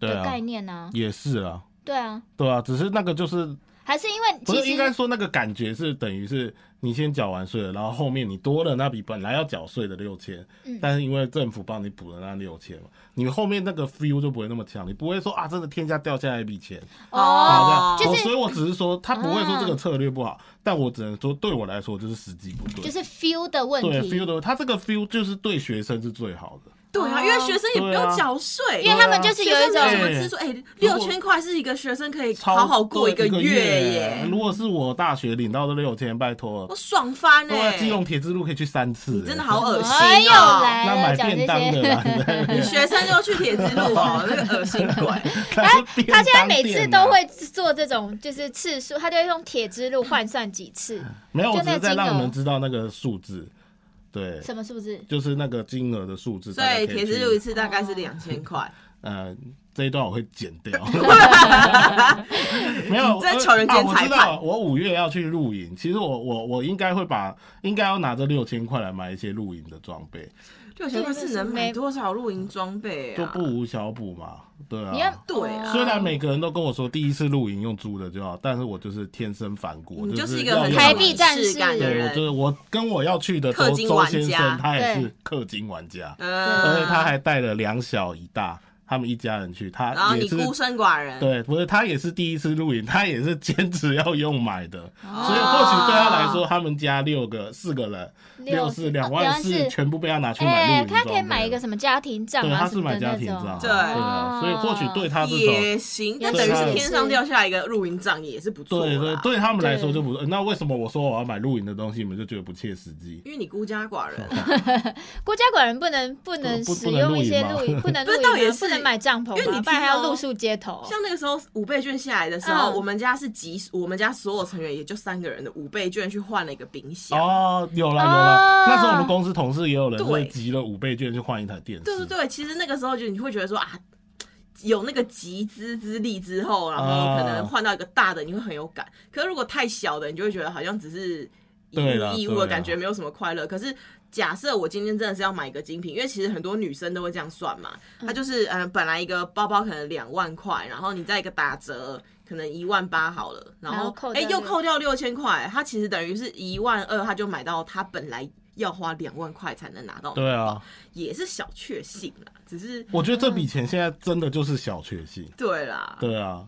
Speaker 3: 对
Speaker 1: 的
Speaker 3: 啊
Speaker 1: 概，念啊，
Speaker 3: 也是啊，
Speaker 1: 对啊，
Speaker 3: 对啊，只是那个就是
Speaker 1: 还是因为
Speaker 3: 不
Speaker 1: 其
Speaker 3: 是应该
Speaker 1: 实
Speaker 3: 说那个感觉是等于是你先缴完税了，然后后面你多了那笔本来要缴税的六千、
Speaker 1: 嗯
Speaker 3: 但是因为政府帮你补了那六千嘛，你后面那个 feel 就不会那么强，你不会说啊真的天价掉下来一笔钱，
Speaker 1: 哦，
Speaker 2: 哦
Speaker 3: 啊这样
Speaker 1: 就是嗯
Speaker 3: 我所以我只是说他不会说这个策略不好，但我只能说对我来说就是时机不对，
Speaker 1: 就是 feel 的问
Speaker 3: 对
Speaker 1: 题，
Speaker 3: feel 的，他这个 feel 就是对学生是最好的。
Speaker 2: 对啊，因为学生也不用缴税，
Speaker 1: 因为他们
Speaker 3: 啊
Speaker 1: 就是
Speaker 2: 学
Speaker 1: 有一
Speaker 2: 生没有什
Speaker 1: 种
Speaker 2: 么支出，哎，六千块是一个学生可以
Speaker 3: 超
Speaker 2: 好好过一个
Speaker 3: 对
Speaker 2: 月
Speaker 3: 耶
Speaker 2: 耶，
Speaker 3: 如果是我大学领到的六千，拜托
Speaker 2: 我，爽翻
Speaker 3: 对啊，
Speaker 2: 哎，
Speaker 3: 基隆铁之路可以去三次，
Speaker 2: 你真的好恶心
Speaker 1: 哎呦
Speaker 2: 哦。
Speaker 1: 来
Speaker 3: 那
Speaker 1: 了
Speaker 3: 买
Speaker 1: 讲这
Speaker 3: 便当的
Speaker 1: 些，
Speaker 2: (laughs)
Speaker 3: 啦，对
Speaker 2: 你学生就去铁之路哦，那个恶心
Speaker 3: (laughs)
Speaker 2: 鬼。
Speaker 3: 那是便
Speaker 1: 他现在
Speaker 3: 当店
Speaker 1: 每
Speaker 3: 啊
Speaker 1: 次都会做这种就是次数，他就会用铁之路换算几次，
Speaker 3: 没有，我
Speaker 1: 就
Speaker 3: 只
Speaker 1: 那
Speaker 3: 是在让
Speaker 1: 金额
Speaker 3: 你们知道那个数字，对，
Speaker 1: 什么数字？
Speaker 3: 就是那个金额的数字。
Speaker 2: 所
Speaker 3: 大家可
Speaker 2: 以
Speaker 3: 以
Speaker 2: 铁之路一
Speaker 3: 去
Speaker 2: 次大概是两千
Speaker 3: (laughs)
Speaker 2: 块，
Speaker 3: 呃，这一段我会剪掉。
Speaker 2: (laughs)
Speaker 3: 没有，
Speaker 2: 你在求人间
Speaker 3: 呃啊我知
Speaker 2: 裁判
Speaker 3: 道，我五月要去露营，其实我我我应该会把，应该要拿这六千块来买一些露营的装备，
Speaker 2: 六千块是能买多少露营装备
Speaker 3: 就
Speaker 2: 啊
Speaker 3: 不？无小补嘛，对啊。
Speaker 1: 你要哦
Speaker 2: 对啊
Speaker 3: 虽然每个人都跟我说第一次露营用租的就好，但是我就是天生反骨，
Speaker 2: 你就是
Speaker 3: 是
Speaker 2: 一个很
Speaker 3: 要
Speaker 1: 台
Speaker 3: 用
Speaker 1: 币
Speaker 3: 买
Speaker 1: 战士
Speaker 2: 士感的
Speaker 3: 对，我
Speaker 2: 人，
Speaker 3: 就是我跟我要去的周
Speaker 2: 氪金
Speaker 3: 周
Speaker 2: 玩家
Speaker 3: 先生，他也
Speaker 1: 对
Speaker 3: 是氪金玩家，而且
Speaker 2: 嗯，
Speaker 3: 他还带了两小一大，他们一家人去，
Speaker 2: 然后
Speaker 3: 他也
Speaker 2: 你
Speaker 3: 是
Speaker 2: 孤身寡人，
Speaker 3: 对，不是他也是第一次露营，他也是坚持要用买的，
Speaker 1: 哦
Speaker 3: 所以或许对他来
Speaker 2: 哦
Speaker 3: 说，他们家六个四个人，六四
Speaker 1: 哦
Speaker 3: 两万四
Speaker 1: 啊四，
Speaker 3: 全部被他拿去买
Speaker 1: 哎、
Speaker 3: 露营
Speaker 1: 他
Speaker 3: 装备
Speaker 1: 可以买一个什么家庭帐
Speaker 3: 对，
Speaker 1: 啊
Speaker 3: 他
Speaker 1: 什
Speaker 3: 是
Speaker 1: 么
Speaker 3: 买
Speaker 1: 的
Speaker 3: 家
Speaker 1: 那
Speaker 3: 庭
Speaker 1: 种。
Speaker 3: 帐，
Speaker 2: 对
Speaker 3: 啊所以或许对他这种。
Speaker 2: 也行，
Speaker 1: 也
Speaker 2: 那等于是
Speaker 3: 是
Speaker 2: 天上掉下来一个露营帐也是不错
Speaker 3: 对对
Speaker 2: 啦，
Speaker 3: 对他们来说
Speaker 1: 对
Speaker 3: 就不，那为什么我说我要买露营的东西，你们就觉得不切实际？
Speaker 2: 因为你孤家寡人，
Speaker 3: 哦
Speaker 1: 国家管人不能不能
Speaker 3: 不不
Speaker 1: 使用一些
Speaker 3: 不能露
Speaker 1: 露
Speaker 3: 营吗 (laughs)
Speaker 1: 营，不能
Speaker 2: 不
Speaker 1: 露营
Speaker 2: 是倒也
Speaker 1: 啊，不
Speaker 2: 是
Speaker 1: 能买帐篷
Speaker 2: 因为你
Speaker 1: 啊，不然还
Speaker 2: 听
Speaker 1: 要
Speaker 2: 哦
Speaker 1: 露宿街头。
Speaker 2: 像那个时候五倍券下来的时候，
Speaker 1: 嗯
Speaker 2: 我们家是集我们家所有成员也就三个人的五倍券去换了一个冰箱。
Speaker 3: 哦，有
Speaker 1: 哦
Speaker 2: 啊
Speaker 3: 了有了，那时候我们公司同事也有人
Speaker 2: 对
Speaker 3: 会集了五倍券去换一台电视，
Speaker 2: 对对对，其实那个时候就你会觉得说啊，有那个集资之力之后，然后
Speaker 3: 啊
Speaker 2: 可能换到一个大的，你会很有感。可是如果太小的，你就会觉得好像只是义
Speaker 3: 对啦
Speaker 2: 务义务
Speaker 3: 对啊
Speaker 2: 的
Speaker 3: 啦
Speaker 2: 感觉，没有什么快乐。可是假设我今天真的是要买一个精品，因为其实很多女生都会这样算嘛，她就是嗯、呃本来一个包包可能两万块，然后你再一个打折。可能一万八好了，然
Speaker 1: 然后
Speaker 2: 后
Speaker 1: 扣
Speaker 2: 哎、
Speaker 1: 掉六
Speaker 2: 又扣掉六千块，她其实等于是一万二，她就买到她本来要花两万块才能拿到的
Speaker 3: 对啊，
Speaker 2: 也是小确幸啦，只是
Speaker 3: 我觉得这笔钱现在真的就是小确幸，
Speaker 2: 对啦，
Speaker 3: 对啊，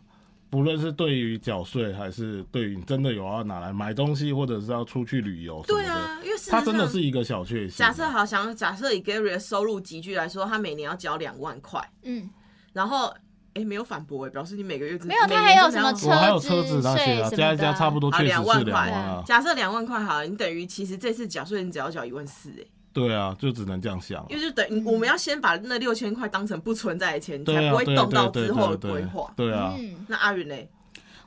Speaker 3: 不论是对于缴税，还是对于你真的有要拿来买东西，或者是要出去旅游什么
Speaker 2: 对
Speaker 3: 的，
Speaker 2: 啊，因为事实
Speaker 3: 它
Speaker 2: 上
Speaker 3: 真的是一个小确幸。啊
Speaker 2: 假设好想假设以 Gary 的收入集聚来说，他每年要交两万块，
Speaker 1: 嗯，
Speaker 2: 然后哎、诶没有反驳哎、表示你每个月只
Speaker 1: 没有
Speaker 2: 每年
Speaker 1: 他还有
Speaker 2: 就这样
Speaker 1: 什
Speaker 3: 我
Speaker 1: 么
Speaker 3: 还有车子那些
Speaker 1: 车
Speaker 3: 啊，
Speaker 1: 子税什么的
Speaker 3: 加一加差不多
Speaker 2: 啊
Speaker 3: 确实
Speaker 2: 两
Speaker 3: 是
Speaker 2: 万
Speaker 3: 两
Speaker 2: 块
Speaker 3: 万啊，
Speaker 2: 假设两万块好了，你等于其实这次缴税你只要缴一万四哎，
Speaker 3: 对啊，就只能这样想啊
Speaker 2: 因。为就等于、我们要先把那六千块当成不存在的钱，
Speaker 3: 对
Speaker 2: 才
Speaker 3: 啊，
Speaker 2: 不会
Speaker 3: 对
Speaker 2: 动到
Speaker 3: 对对
Speaker 2: 之后的
Speaker 3: 对
Speaker 2: 规
Speaker 3: 对
Speaker 2: 划。
Speaker 3: 对啊，
Speaker 1: 嗯，
Speaker 2: 那阿云嘞，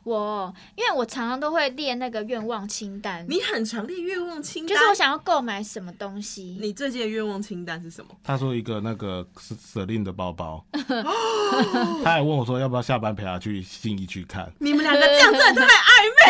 Speaker 1: 我因为我常常都会列那个愿望清单，
Speaker 2: 你很强烈愿望清
Speaker 1: 就
Speaker 2: 单，
Speaker 1: 是我想要购买什么东西，
Speaker 2: 你最近的愿望清单是什么？
Speaker 3: 他说一个那个 Celine 的
Speaker 1: (laughs)
Speaker 3: 包包，他还问我说要不要下班陪他去信义区看。
Speaker 2: 你们两个这样真的太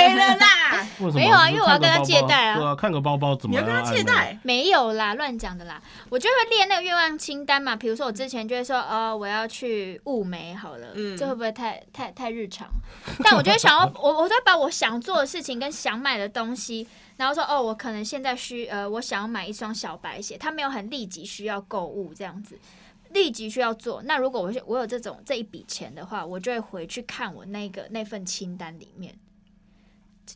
Speaker 2: 暧昧了啦！
Speaker 3: 为什么？
Speaker 1: 没有啊
Speaker 3: 就是
Speaker 1: 因为我要
Speaker 3: 看个
Speaker 1: 跟他
Speaker 3: 包包
Speaker 1: 借贷啊
Speaker 3: 对啊，看个包包怎
Speaker 2: 你
Speaker 3: 么啊
Speaker 2: 要跟
Speaker 3: 样暧
Speaker 2: 他借
Speaker 3: 昧？
Speaker 2: 贷，
Speaker 1: 没有啦，乱讲的啦。我就会列那个愿望清单嘛，比如说我之前就会说，哦，我要去雾眉好了，
Speaker 2: 嗯
Speaker 1: 这会不会太太太日常？ (laughs) 但我就会想要，我我都会把我想做的事情跟想买的东西，然后说，哦，我可能现在需呃，我想要买一双小白鞋，它没有很立即需要购物这样子。立即需要做。那如果我是我有这种这一笔钱的话，我就会回去看我那个那份清单里面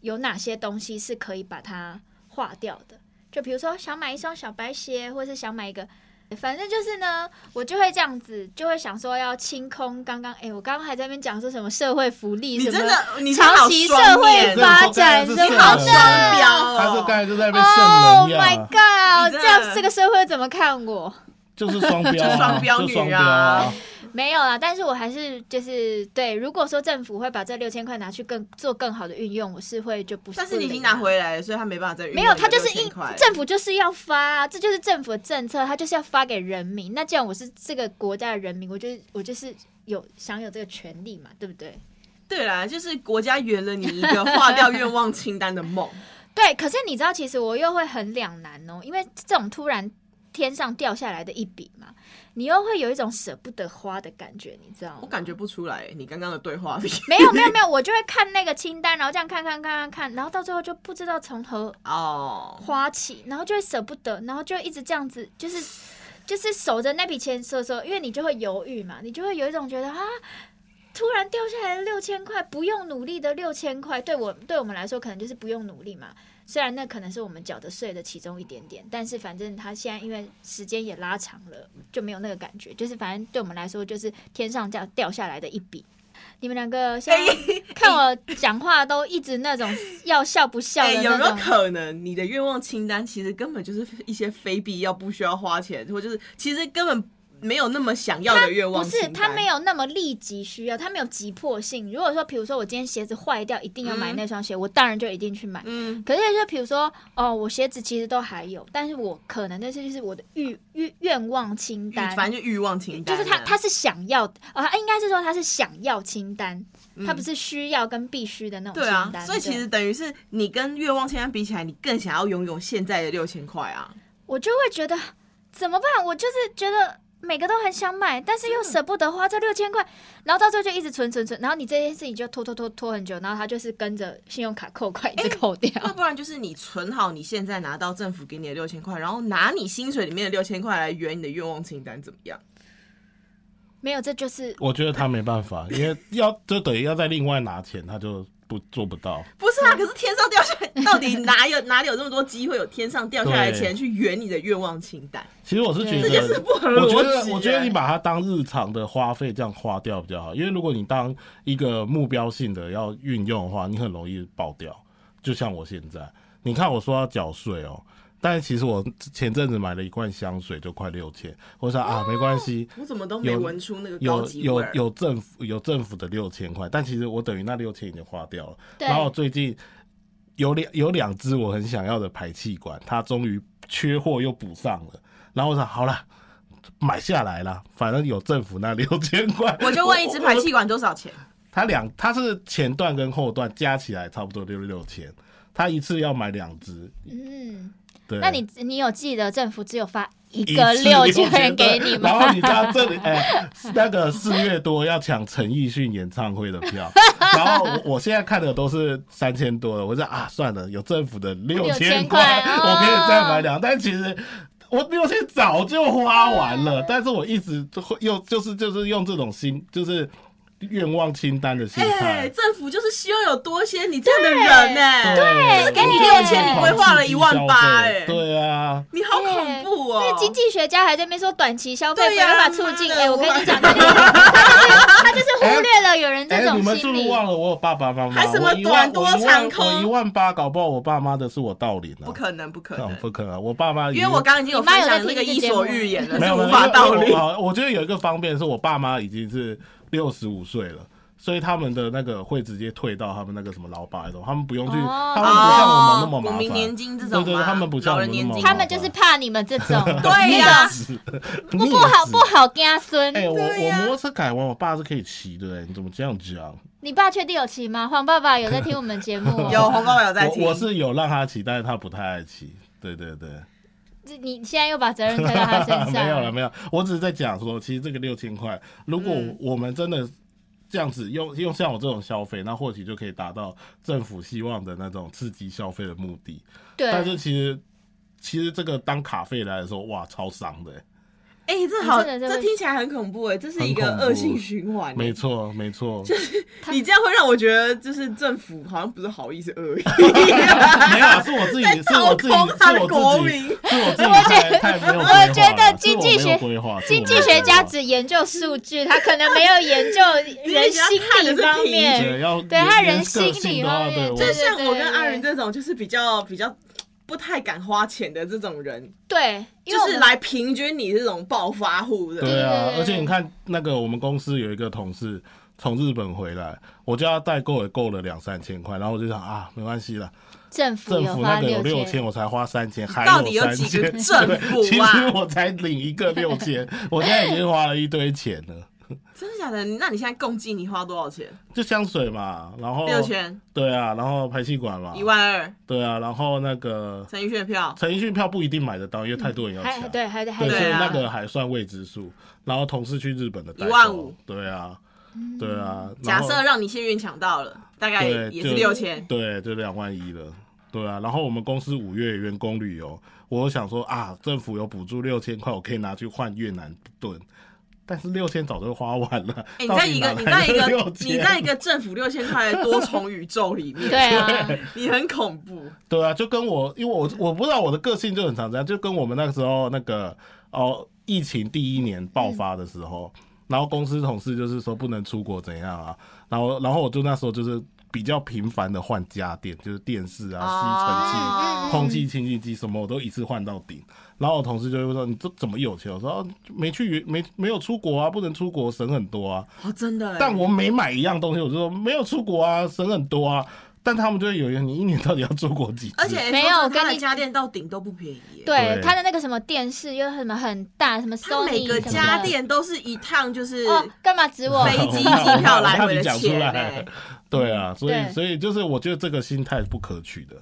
Speaker 1: 有哪些东西是可以把它划掉的。就比如说想买一双小白鞋，或是想买一个反正就是呢，我就会这样子，就会想说要清空刚刚，哎、我刚刚还在那边讲说什么社会福利，
Speaker 2: 你
Speaker 1: 什么
Speaker 2: 真的，你真的
Speaker 1: 长
Speaker 2: 好
Speaker 1: 期社
Speaker 2: 双
Speaker 1: 会
Speaker 2: 面
Speaker 1: 发啊展
Speaker 3: 你
Speaker 1: 什
Speaker 3: 真
Speaker 2: 你
Speaker 3: 的
Speaker 1: 么
Speaker 2: 好
Speaker 3: 好
Speaker 2: 双
Speaker 1: 的。
Speaker 2: 标
Speaker 3: 他就
Speaker 2: 哦
Speaker 3: 刚。才就在那边
Speaker 1: 哦、
Speaker 3: 圣
Speaker 1: oh
Speaker 3: 人
Speaker 1: my
Speaker 3: 样，
Speaker 1: god！
Speaker 2: 你真的
Speaker 1: 这样这个社会怎么看我？
Speaker 3: (laughs) 就是双标
Speaker 2: (laughs) 就
Speaker 3: 啊，
Speaker 2: 双标
Speaker 3: 就
Speaker 2: 女
Speaker 3: 双标
Speaker 2: 啊
Speaker 3: 啊。
Speaker 1: 没有啦，但是我还是就是对，如果说政府会把这六千块拿去更做更好的运用，我是会就不。
Speaker 2: 但是
Speaker 1: 不
Speaker 2: 你已
Speaker 1: 领
Speaker 2: 经拿
Speaker 1: 了
Speaker 2: 回来了，所以他没办法再运
Speaker 1: 没
Speaker 2: 用
Speaker 1: 有，
Speaker 2: 你的
Speaker 1: 他就是
Speaker 2: 6000
Speaker 1: 应
Speaker 2: 块
Speaker 1: 政府就是要发、啊，这就是政府的政策，他就是要发给人民。那既然我是这个国家的人民，我就是我就是有享有这个权利嘛，对不对？
Speaker 2: 对啦，就是国家圆了你一个划掉愿望清单的梦。
Speaker 1: 对，可是你知道，其实我又会很两难哦，因为这种突然天上掉下来的一笔嘛，你又会有一种舍不得花的感觉，你知道吗？
Speaker 2: 我感觉不出来，欸你刚刚的对话里。
Speaker 1: 没 (laughs) 有没有没有，我就会看那个清单，然后这样看看看看看，然后到最后就不知道从何
Speaker 2: 哦，
Speaker 1: 花起，然后就会舍不得，然后就一直这样子，就是就是守着那笔钱的时候，因为你就会犹豫嘛，你就会有一种觉得啊，突然掉下来六千块，不用努力的六千块，对我对我们来说可能就是不用努力嘛。虽然那可能是我们缴的税的其中一点点，但是反正他现在因为时间也拉长了，就没有那个感觉。就是反正对我们来说，就是天上掉掉下来的一笔。你们两个现
Speaker 2: (laughs)
Speaker 1: 在看我讲话都一直那种要笑不笑
Speaker 2: (laughs) 哎、
Speaker 1: 的那种。
Speaker 2: 有没有可能你的愿望清单其实根本就是一些非必要、不需要花钱，或就是其实根本没有那么想要的愿望
Speaker 1: 不
Speaker 2: 清
Speaker 1: 是
Speaker 2: 单？
Speaker 1: 他没有那么立即需要，他没有急迫性。如果说，比如说我今天鞋子坏掉，一定要买
Speaker 2: 嗯
Speaker 1: 那双鞋，我当然就一定去买。
Speaker 2: 嗯，
Speaker 1: 可是就比如说，哦，我鞋子其实都还有，但是我可能那是就是我的欲欲愿望清
Speaker 2: 欲
Speaker 1: 单，
Speaker 2: 反正就欲望清
Speaker 1: 就
Speaker 2: 单啊，
Speaker 1: 是他他是想要的啊、应该是说他是想要清单，
Speaker 2: 嗯
Speaker 1: 他不是需要跟必须的那种
Speaker 2: 对
Speaker 1: 清
Speaker 2: 啊
Speaker 1: 单。，
Speaker 2: 所以其
Speaker 1: 对
Speaker 2: 实等于是你跟愿望清单比起来，你更想要拥有现在的六千块啊。
Speaker 1: 我就会觉得怎么办？我就是觉得每个都很想买，但是又舍不得花这六千块，然后到最后就一直存存存，然后你这件事情就拖拖拖拖很久，然后它就是哎跟着信用卡扣款一直扣
Speaker 3: (laughs)
Speaker 1: 掉。
Speaker 2: 要不然就是你存好你现在拿到政府给你的六千块，然后拿你薪水里面的六千块来圆你的愿望清单，怎么样？
Speaker 1: 没有，这就是
Speaker 3: 我觉得他没办法，因为要就等于要再另外拿钱，他就不做不到。
Speaker 2: 不是啊，可是天上掉下来，到底哪有哪里有这么多机会有天上掉下来的钱去圆你的愿望清单？
Speaker 3: 其实我是觉
Speaker 1: 对
Speaker 2: 这
Speaker 3: 得
Speaker 2: 件事不合逻
Speaker 3: 我
Speaker 2: 辑
Speaker 3: 觉
Speaker 2: 欸。
Speaker 3: 得，我觉得你把它当日常的花费这样花掉比较好，因为如果你当一个目标性的要运用的话，你很容易爆掉。就像我现在，你看我说要缴税哦，但其实我前阵子买了一罐香水，就快六千。我想啊，没关系，
Speaker 2: 我怎么都没闻出那个高
Speaker 3: 有
Speaker 2: 级味
Speaker 3: 有
Speaker 2: 儿。
Speaker 3: 有政府有政府的六千块，但其实我等于那六千已经花掉了。
Speaker 1: 对
Speaker 3: 然后最近有两有两只我很想要的排气管，它终于缺货又补上了。然后我想好了，买下来了，反正有政府那六千块。
Speaker 2: 我就问一支排气管多少钱？
Speaker 3: (laughs) 它两它是前段跟后段加起来差不多六六千，它一次要买两只。
Speaker 1: 嗯，
Speaker 3: 对，
Speaker 1: 那你你有记得政府只有发一
Speaker 3: 一
Speaker 1: 个
Speaker 3: 次
Speaker 1: 六
Speaker 3: 6000
Speaker 1: 千给你
Speaker 3: 然
Speaker 1: 吗？
Speaker 3: 后你到这里，哎、那个四月多要抢陈奕迅演唱会的票，然后我我现在看的都是三千多了，我说啊，算了，有政府的六
Speaker 1: 6000
Speaker 3: 块
Speaker 1: 块，
Speaker 3: 我可以再
Speaker 1: 哦
Speaker 3: 买两，但其实。我六千早就花完了，但是我一直都会用，就是就是用这种心，就是愿望清单的心
Speaker 2: 哎、
Speaker 3: 态。
Speaker 2: 政府就是希望有多些你这样的人呢、
Speaker 3: 对，就是
Speaker 2: 给你6000你规划了18000哎
Speaker 3: 对啊，
Speaker 2: 你好恐怖哦、
Speaker 1: (laughs) 那经济学家还在那边说短期消费
Speaker 2: 对
Speaker 1: 没
Speaker 2: 呀
Speaker 1: 办法促进，
Speaker 2: 妈
Speaker 1: 哎、
Speaker 2: 的
Speaker 1: 我跟
Speaker 2: 我
Speaker 1: 你讲，他就是他就是忽略了有人这
Speaker 3: 哎，你
Speaker 1: 种
Speaker 3: 们是
Speaker 1: 心
Speaker 3: 不
Speaker 1: 理。
Speaker 3: 是忘了我有爸爸妈妈？
Speaker 2: 还什么
Speaker 3: 我一
Speaker 2: 短
Speaker 3: 万
Speaker 2: 多
Speaker 3: 我一
Speaker 2: 长
Speaker 3: 万
Speaker 2: 空
Speaker 3: 我一万八，搞不好我爸妈的是我道理呢。
Speaker 2: 不可能，不可
Speaker 3: 嗯
Speaker 2: 能，
Speaker 3: 不可能。我爸妈已
Speaker 2: 因
Speaker 3: 经
Speaker 2: 为我刚刚已经有分享那个《伊索寓言》了，
Speaker 3: 没
Speaker 2: 是
Speaker 3: 有
Speaker 2: 无法道
Speaker 3: 没
Speaker 2: 理
Speaker 3: 有。我我我觉得有一个方便是我爸妈已经是六十五岁了。所以他们的那个会直接退到他们那个什么劳保那种，他们不用去，
Speaker 1: 哦
Speaker 3: 他们不像我们那么麻
Speaker 2: 股民哦年
Speaker 3: (laughs) 烦。
Speaker 2: 金这种
Speaker 3: 对对
Speaker 2: 嘛，
Speaker 3: 对他们不像
Speaker 2: 老
Speaker 3: 我们
Speaker 2: 人
Speaker 3: 那
Speaker 2: 年
Speaker 3: 么
Speaker 2: 金，
Speaker 1: 他们就是怕你们这
Speaker 3: (laughs)
Speaker 1: 种，
Speaker 2: 对呀、
Speaker 1: 不不好不好跟孙。
Speaker 3: 哎、我
Speaker 2: 对
Speaker 3: 我
Speaker 2: 呀？
Speaker 3: 摩托车改完，我爸是可以骑的、哎，你怎么这样讲？
Speaker 1: 你爸确定有骑吗？黄爸爸有在听我们节目、哦
Speaker 2: (laughs) 有红高有在听，
Speaker 3: 我我是有让他骑，但是他不太爱骑。对对对，
Speaker 1: 这，你现在又把责任推到他身上。
Speaker 3: (laughs) 没有了，没有，我只是在讲说，其实这个六千块，如果
Speaker 2: 嗯
Speaker 3: 我们真的这样子用用像我这种消费，那或许就可以达到政府希望的那种刺激消费的目的。但
Speaker 1: 对，
Speaker 3: 是其实其实这个当卡费来的时候，哇，超伤的欸、
Speaker 2: 哎、这好，
Speaker 1: 你真的是
Speaker 2: 这
Speaker 1: 会
Speaker 2: 听起来很恐怖哎、这是一
Speaker 3: 很
Speaker 2: 个
Speaker 3: 恐怖
Speaker 2: 恶性循环、欸
Speaker 3: 没错，
Speaker 1: (laughs)
Speaker 3: 没错，
Speaker 2: 你这样会让我觉得，就是政府好像不是好意是恶 (laughs) 意，
Speaker 3: 没有啊，是我自己，是我自己，
Speaker 2: 倒空他的
Speaker 3: 是我
Speaker 2: 国
Speaker 3: 自己
Speaker 2: 民，
Speaker 3: 是我自己太太没有规划了
Speaker 1: 我觉得经济
Speaker 3: 是我没有
Speaker 1: 学
Speaker 3: 规划是
Speaker 1: 经
Speaker 3: 我没有
Speaker 1: 济学家
Speaker 3: 规划
Speaker 1: 只研究数
Speaker 2: (laughs)
Speaker 1: 据，他可能没有研究人心理方面。
Speaker 3: 对要
Speaker 1: 对他
Speaker 3: 连
Speaker 1: 人
Speaker 3: 个
Speaker 1: 性里
Speaker 3: 都要
Speaker 1: 方面
Speaker 3: 对我
Speaker 1: 就
Speaker 2: 就是像我跟阿
Speaker 1: 对对
Speaker 2: 云这种，就是比较比较不太敢花钱的这种人，
Speaker 1: 对，因
Speaker 2: 就
Speaker 1: 为我
Speaker 2: 是
Speaker 1: 们
Speaker 2: 来平均你这种暴发户的。
Speaker 3: 对啊
Speaker 1: 对，
Speaker 3: 而且你看那个我们公司有一个同事从日本回来，我叫他代购也购了两三千块，然后我就想啊，没关系啦，
Speaker 1: 政府
Speaker 3: 政
Speaker 1: 有
Speaker 3: 府
Speaker 1: 花
Speaker 3: 那个有
Speaker 1: 六
Speaker 3: 六千，，我才花三千，还
Speaker 2: 到底有
Speaker 3: 三
Speaker 2: 几
Speaker 3: 千
Speaker 2: 个。 (laughs) 政府
Speaker 3: 其实
Speaker 2: 啊？
Speaker 3: 哎我才领一个六
Speaker 2: (laughs)
Speaker 3: 千，我现在已经花了一堆钱了，
Speaker 2: 真的假的？那你现在共计你花多少钱？
Speaker 3: 就香水嘛，然后
Speaker 2: 六，千、
Speaker 3: 对啊，然后排气管嘛，
Speaker 2: 一，万二，
Speaker 3: 对啊，然后那个
Speaker 2: 陈奕迅的票。
Speaker 3: 陈奕迅票不一定买得到，因为太多人要
Speaker 1: 还
Speaker 3: 抢，
Speaker 1: 对还还
Speaker 3: 对，所
Speaker 2: 对
Speaker 3: 以
Speaker 2: 啊
Speaker 3: 那个还算未知数。然后同事去日本的代购
Speaker 2: 15,000，
Speaker 3: 对啊，
Speaker 2: 嗯
Speaker 3: 对啊，
Speaker 2: 假
Speaker 3: 然后
Speaker 2: 设让你幸运抢到了，大概
Speaker 3: 对
Speaker 2: 也是
Speaker 3: 就
Speaker 2: 六千。
Speaker 3: 对，就两万一了。对啊，然后我们公司五月员工旅游，我想说啊，政府有补助六千块，我可以拿去换越南盾，但是六千早就花完了。 (laughs)
Speaker 2: 哎、你
Speaker 3: 到
Speaker 2: 在
Speaker 3: 底
Speaker 2: 一个
Speaker 3: 哪
Speaker 2: 你在
Speaker 3: 来
Speaker 2: 一
Speaker 3: 的
Speaker 2: 个
Speaker 3: 6000
Speaker 2: 你在一个政府六千块的多重宇宙里面，
Speaker 1: 对
Speaker 3: (laughs)
Speaker 1: 啊，
Speaker 2: 你很恐怖。
Speaker 3: 对啊，就跟我，因为我我不知道我的个性就很常这样，就跟我们那个时候那个哦，疫情第一年爆发的时候，然后公司同事就是说不能出国怎样啊，然后然后我就那时候就是比较频繁的换家电，就是电视啊、吸尘器、
Speaker 1: 嗯嗯
Speaker 3: 空气清净机什么我都一次换到顶。然后我同事就会说：“你这怎么有钱？”我说：“哦没去没没有出国啊，不能出国省很多啊。
Speaker 2: 哦，真的欸。
Speaker 3: 但我每买一样东西，我就说没有出国啊，省很多啊。但他们就会有一个你一年到底要出国几次？
Speaker 2: 而且
Speaker 1: 没有
Speaker 2: 说真的
Speaker 1: 跟
Speaker 2: 它的
Speaker 1: 你
Speaker 2: 家电到顶都不便宜耶。
Speaker 1: 对
Speaker 3: 对
Speaker 1: 他的那个什么电视又什么很大，什么
Speaker 2: 它
Speaker 1: Sony
Speaker 2: 每个
Speaker 1: 什么的
Speaker 2: 家电都是一趟就是
Speaker 1: 哦，干嘛指我？
Speaker 2: 飞机机票来回的
Speaker 3: 我怕你讲出
Speaker 2: 钱
Speaker 3: 来
Speaker 2: 欸
Speaker 3: 对啊，所以
Speaker 1: 对
Speaker 3: 所以就是我觉得这个心态是不可取的。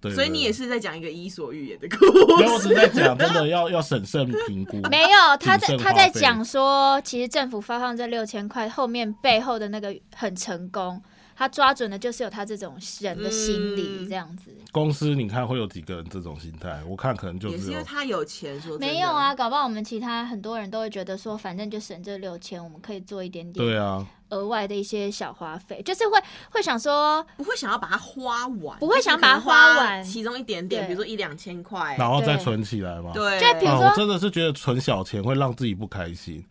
Speaker 3: 对，
Speaker 2: 所以你也
Speaker 3: 是。
Speaker 2: 是在讲一个伊索寓言的故
Speaker 3: 没有，我
Speaker 2: 事。
Speaker 3: 只是在讲，真
Speaker 2: (laughs)
Speaker 3: 的要要审慎评估。 (laughs)
Speaker 1: 没有，他在
Speaker 3: 谨慎
Speaker 1: 他在
Speaker 3: 花费
Speaker 1: 讲说，其实政府发放这六千块后面背后的那个很成功，他抓准的就是有他这种人的心理
Speaker 2: 嗯
Speaker 1: 这样子。
Speaker 3: 公司你看会有几个人这种心态？我看可能就
Speaker 2: 也是
Speaker 3: 只
Speaker 2: 因
Speaker 3: 有
Speaker 2: 为他有钱，说真的
Speaker 1: 没有，啊，搞不好我们其他很多人都会觉得说，反正就省这六千，我们可以做一点
Speaker 3: 对
Speaker 1: 点
Speaker 3: 啊，
Speaker 1: 额外的一些小花费，就是会会想说，
Speaker 2: 不会想要把它花完，
Speaker 1: 不会想把它
Speaker 2: 就是可能
Speaker 1: 花完
Speaker 2: 其中一点点，
Speaker 1: 对
Speaker 2: 比如说一两千块，
Speaker 3: 然后再
Speaker 1: 对
Speaker 3: 存起来嘛。
Speaker 2: 对，
Speaker 1: 就比如
Speaker 3: 啊，
Speaker 1: 说
Speaker 3: 我真的是觉得存小钱会让自己不开心，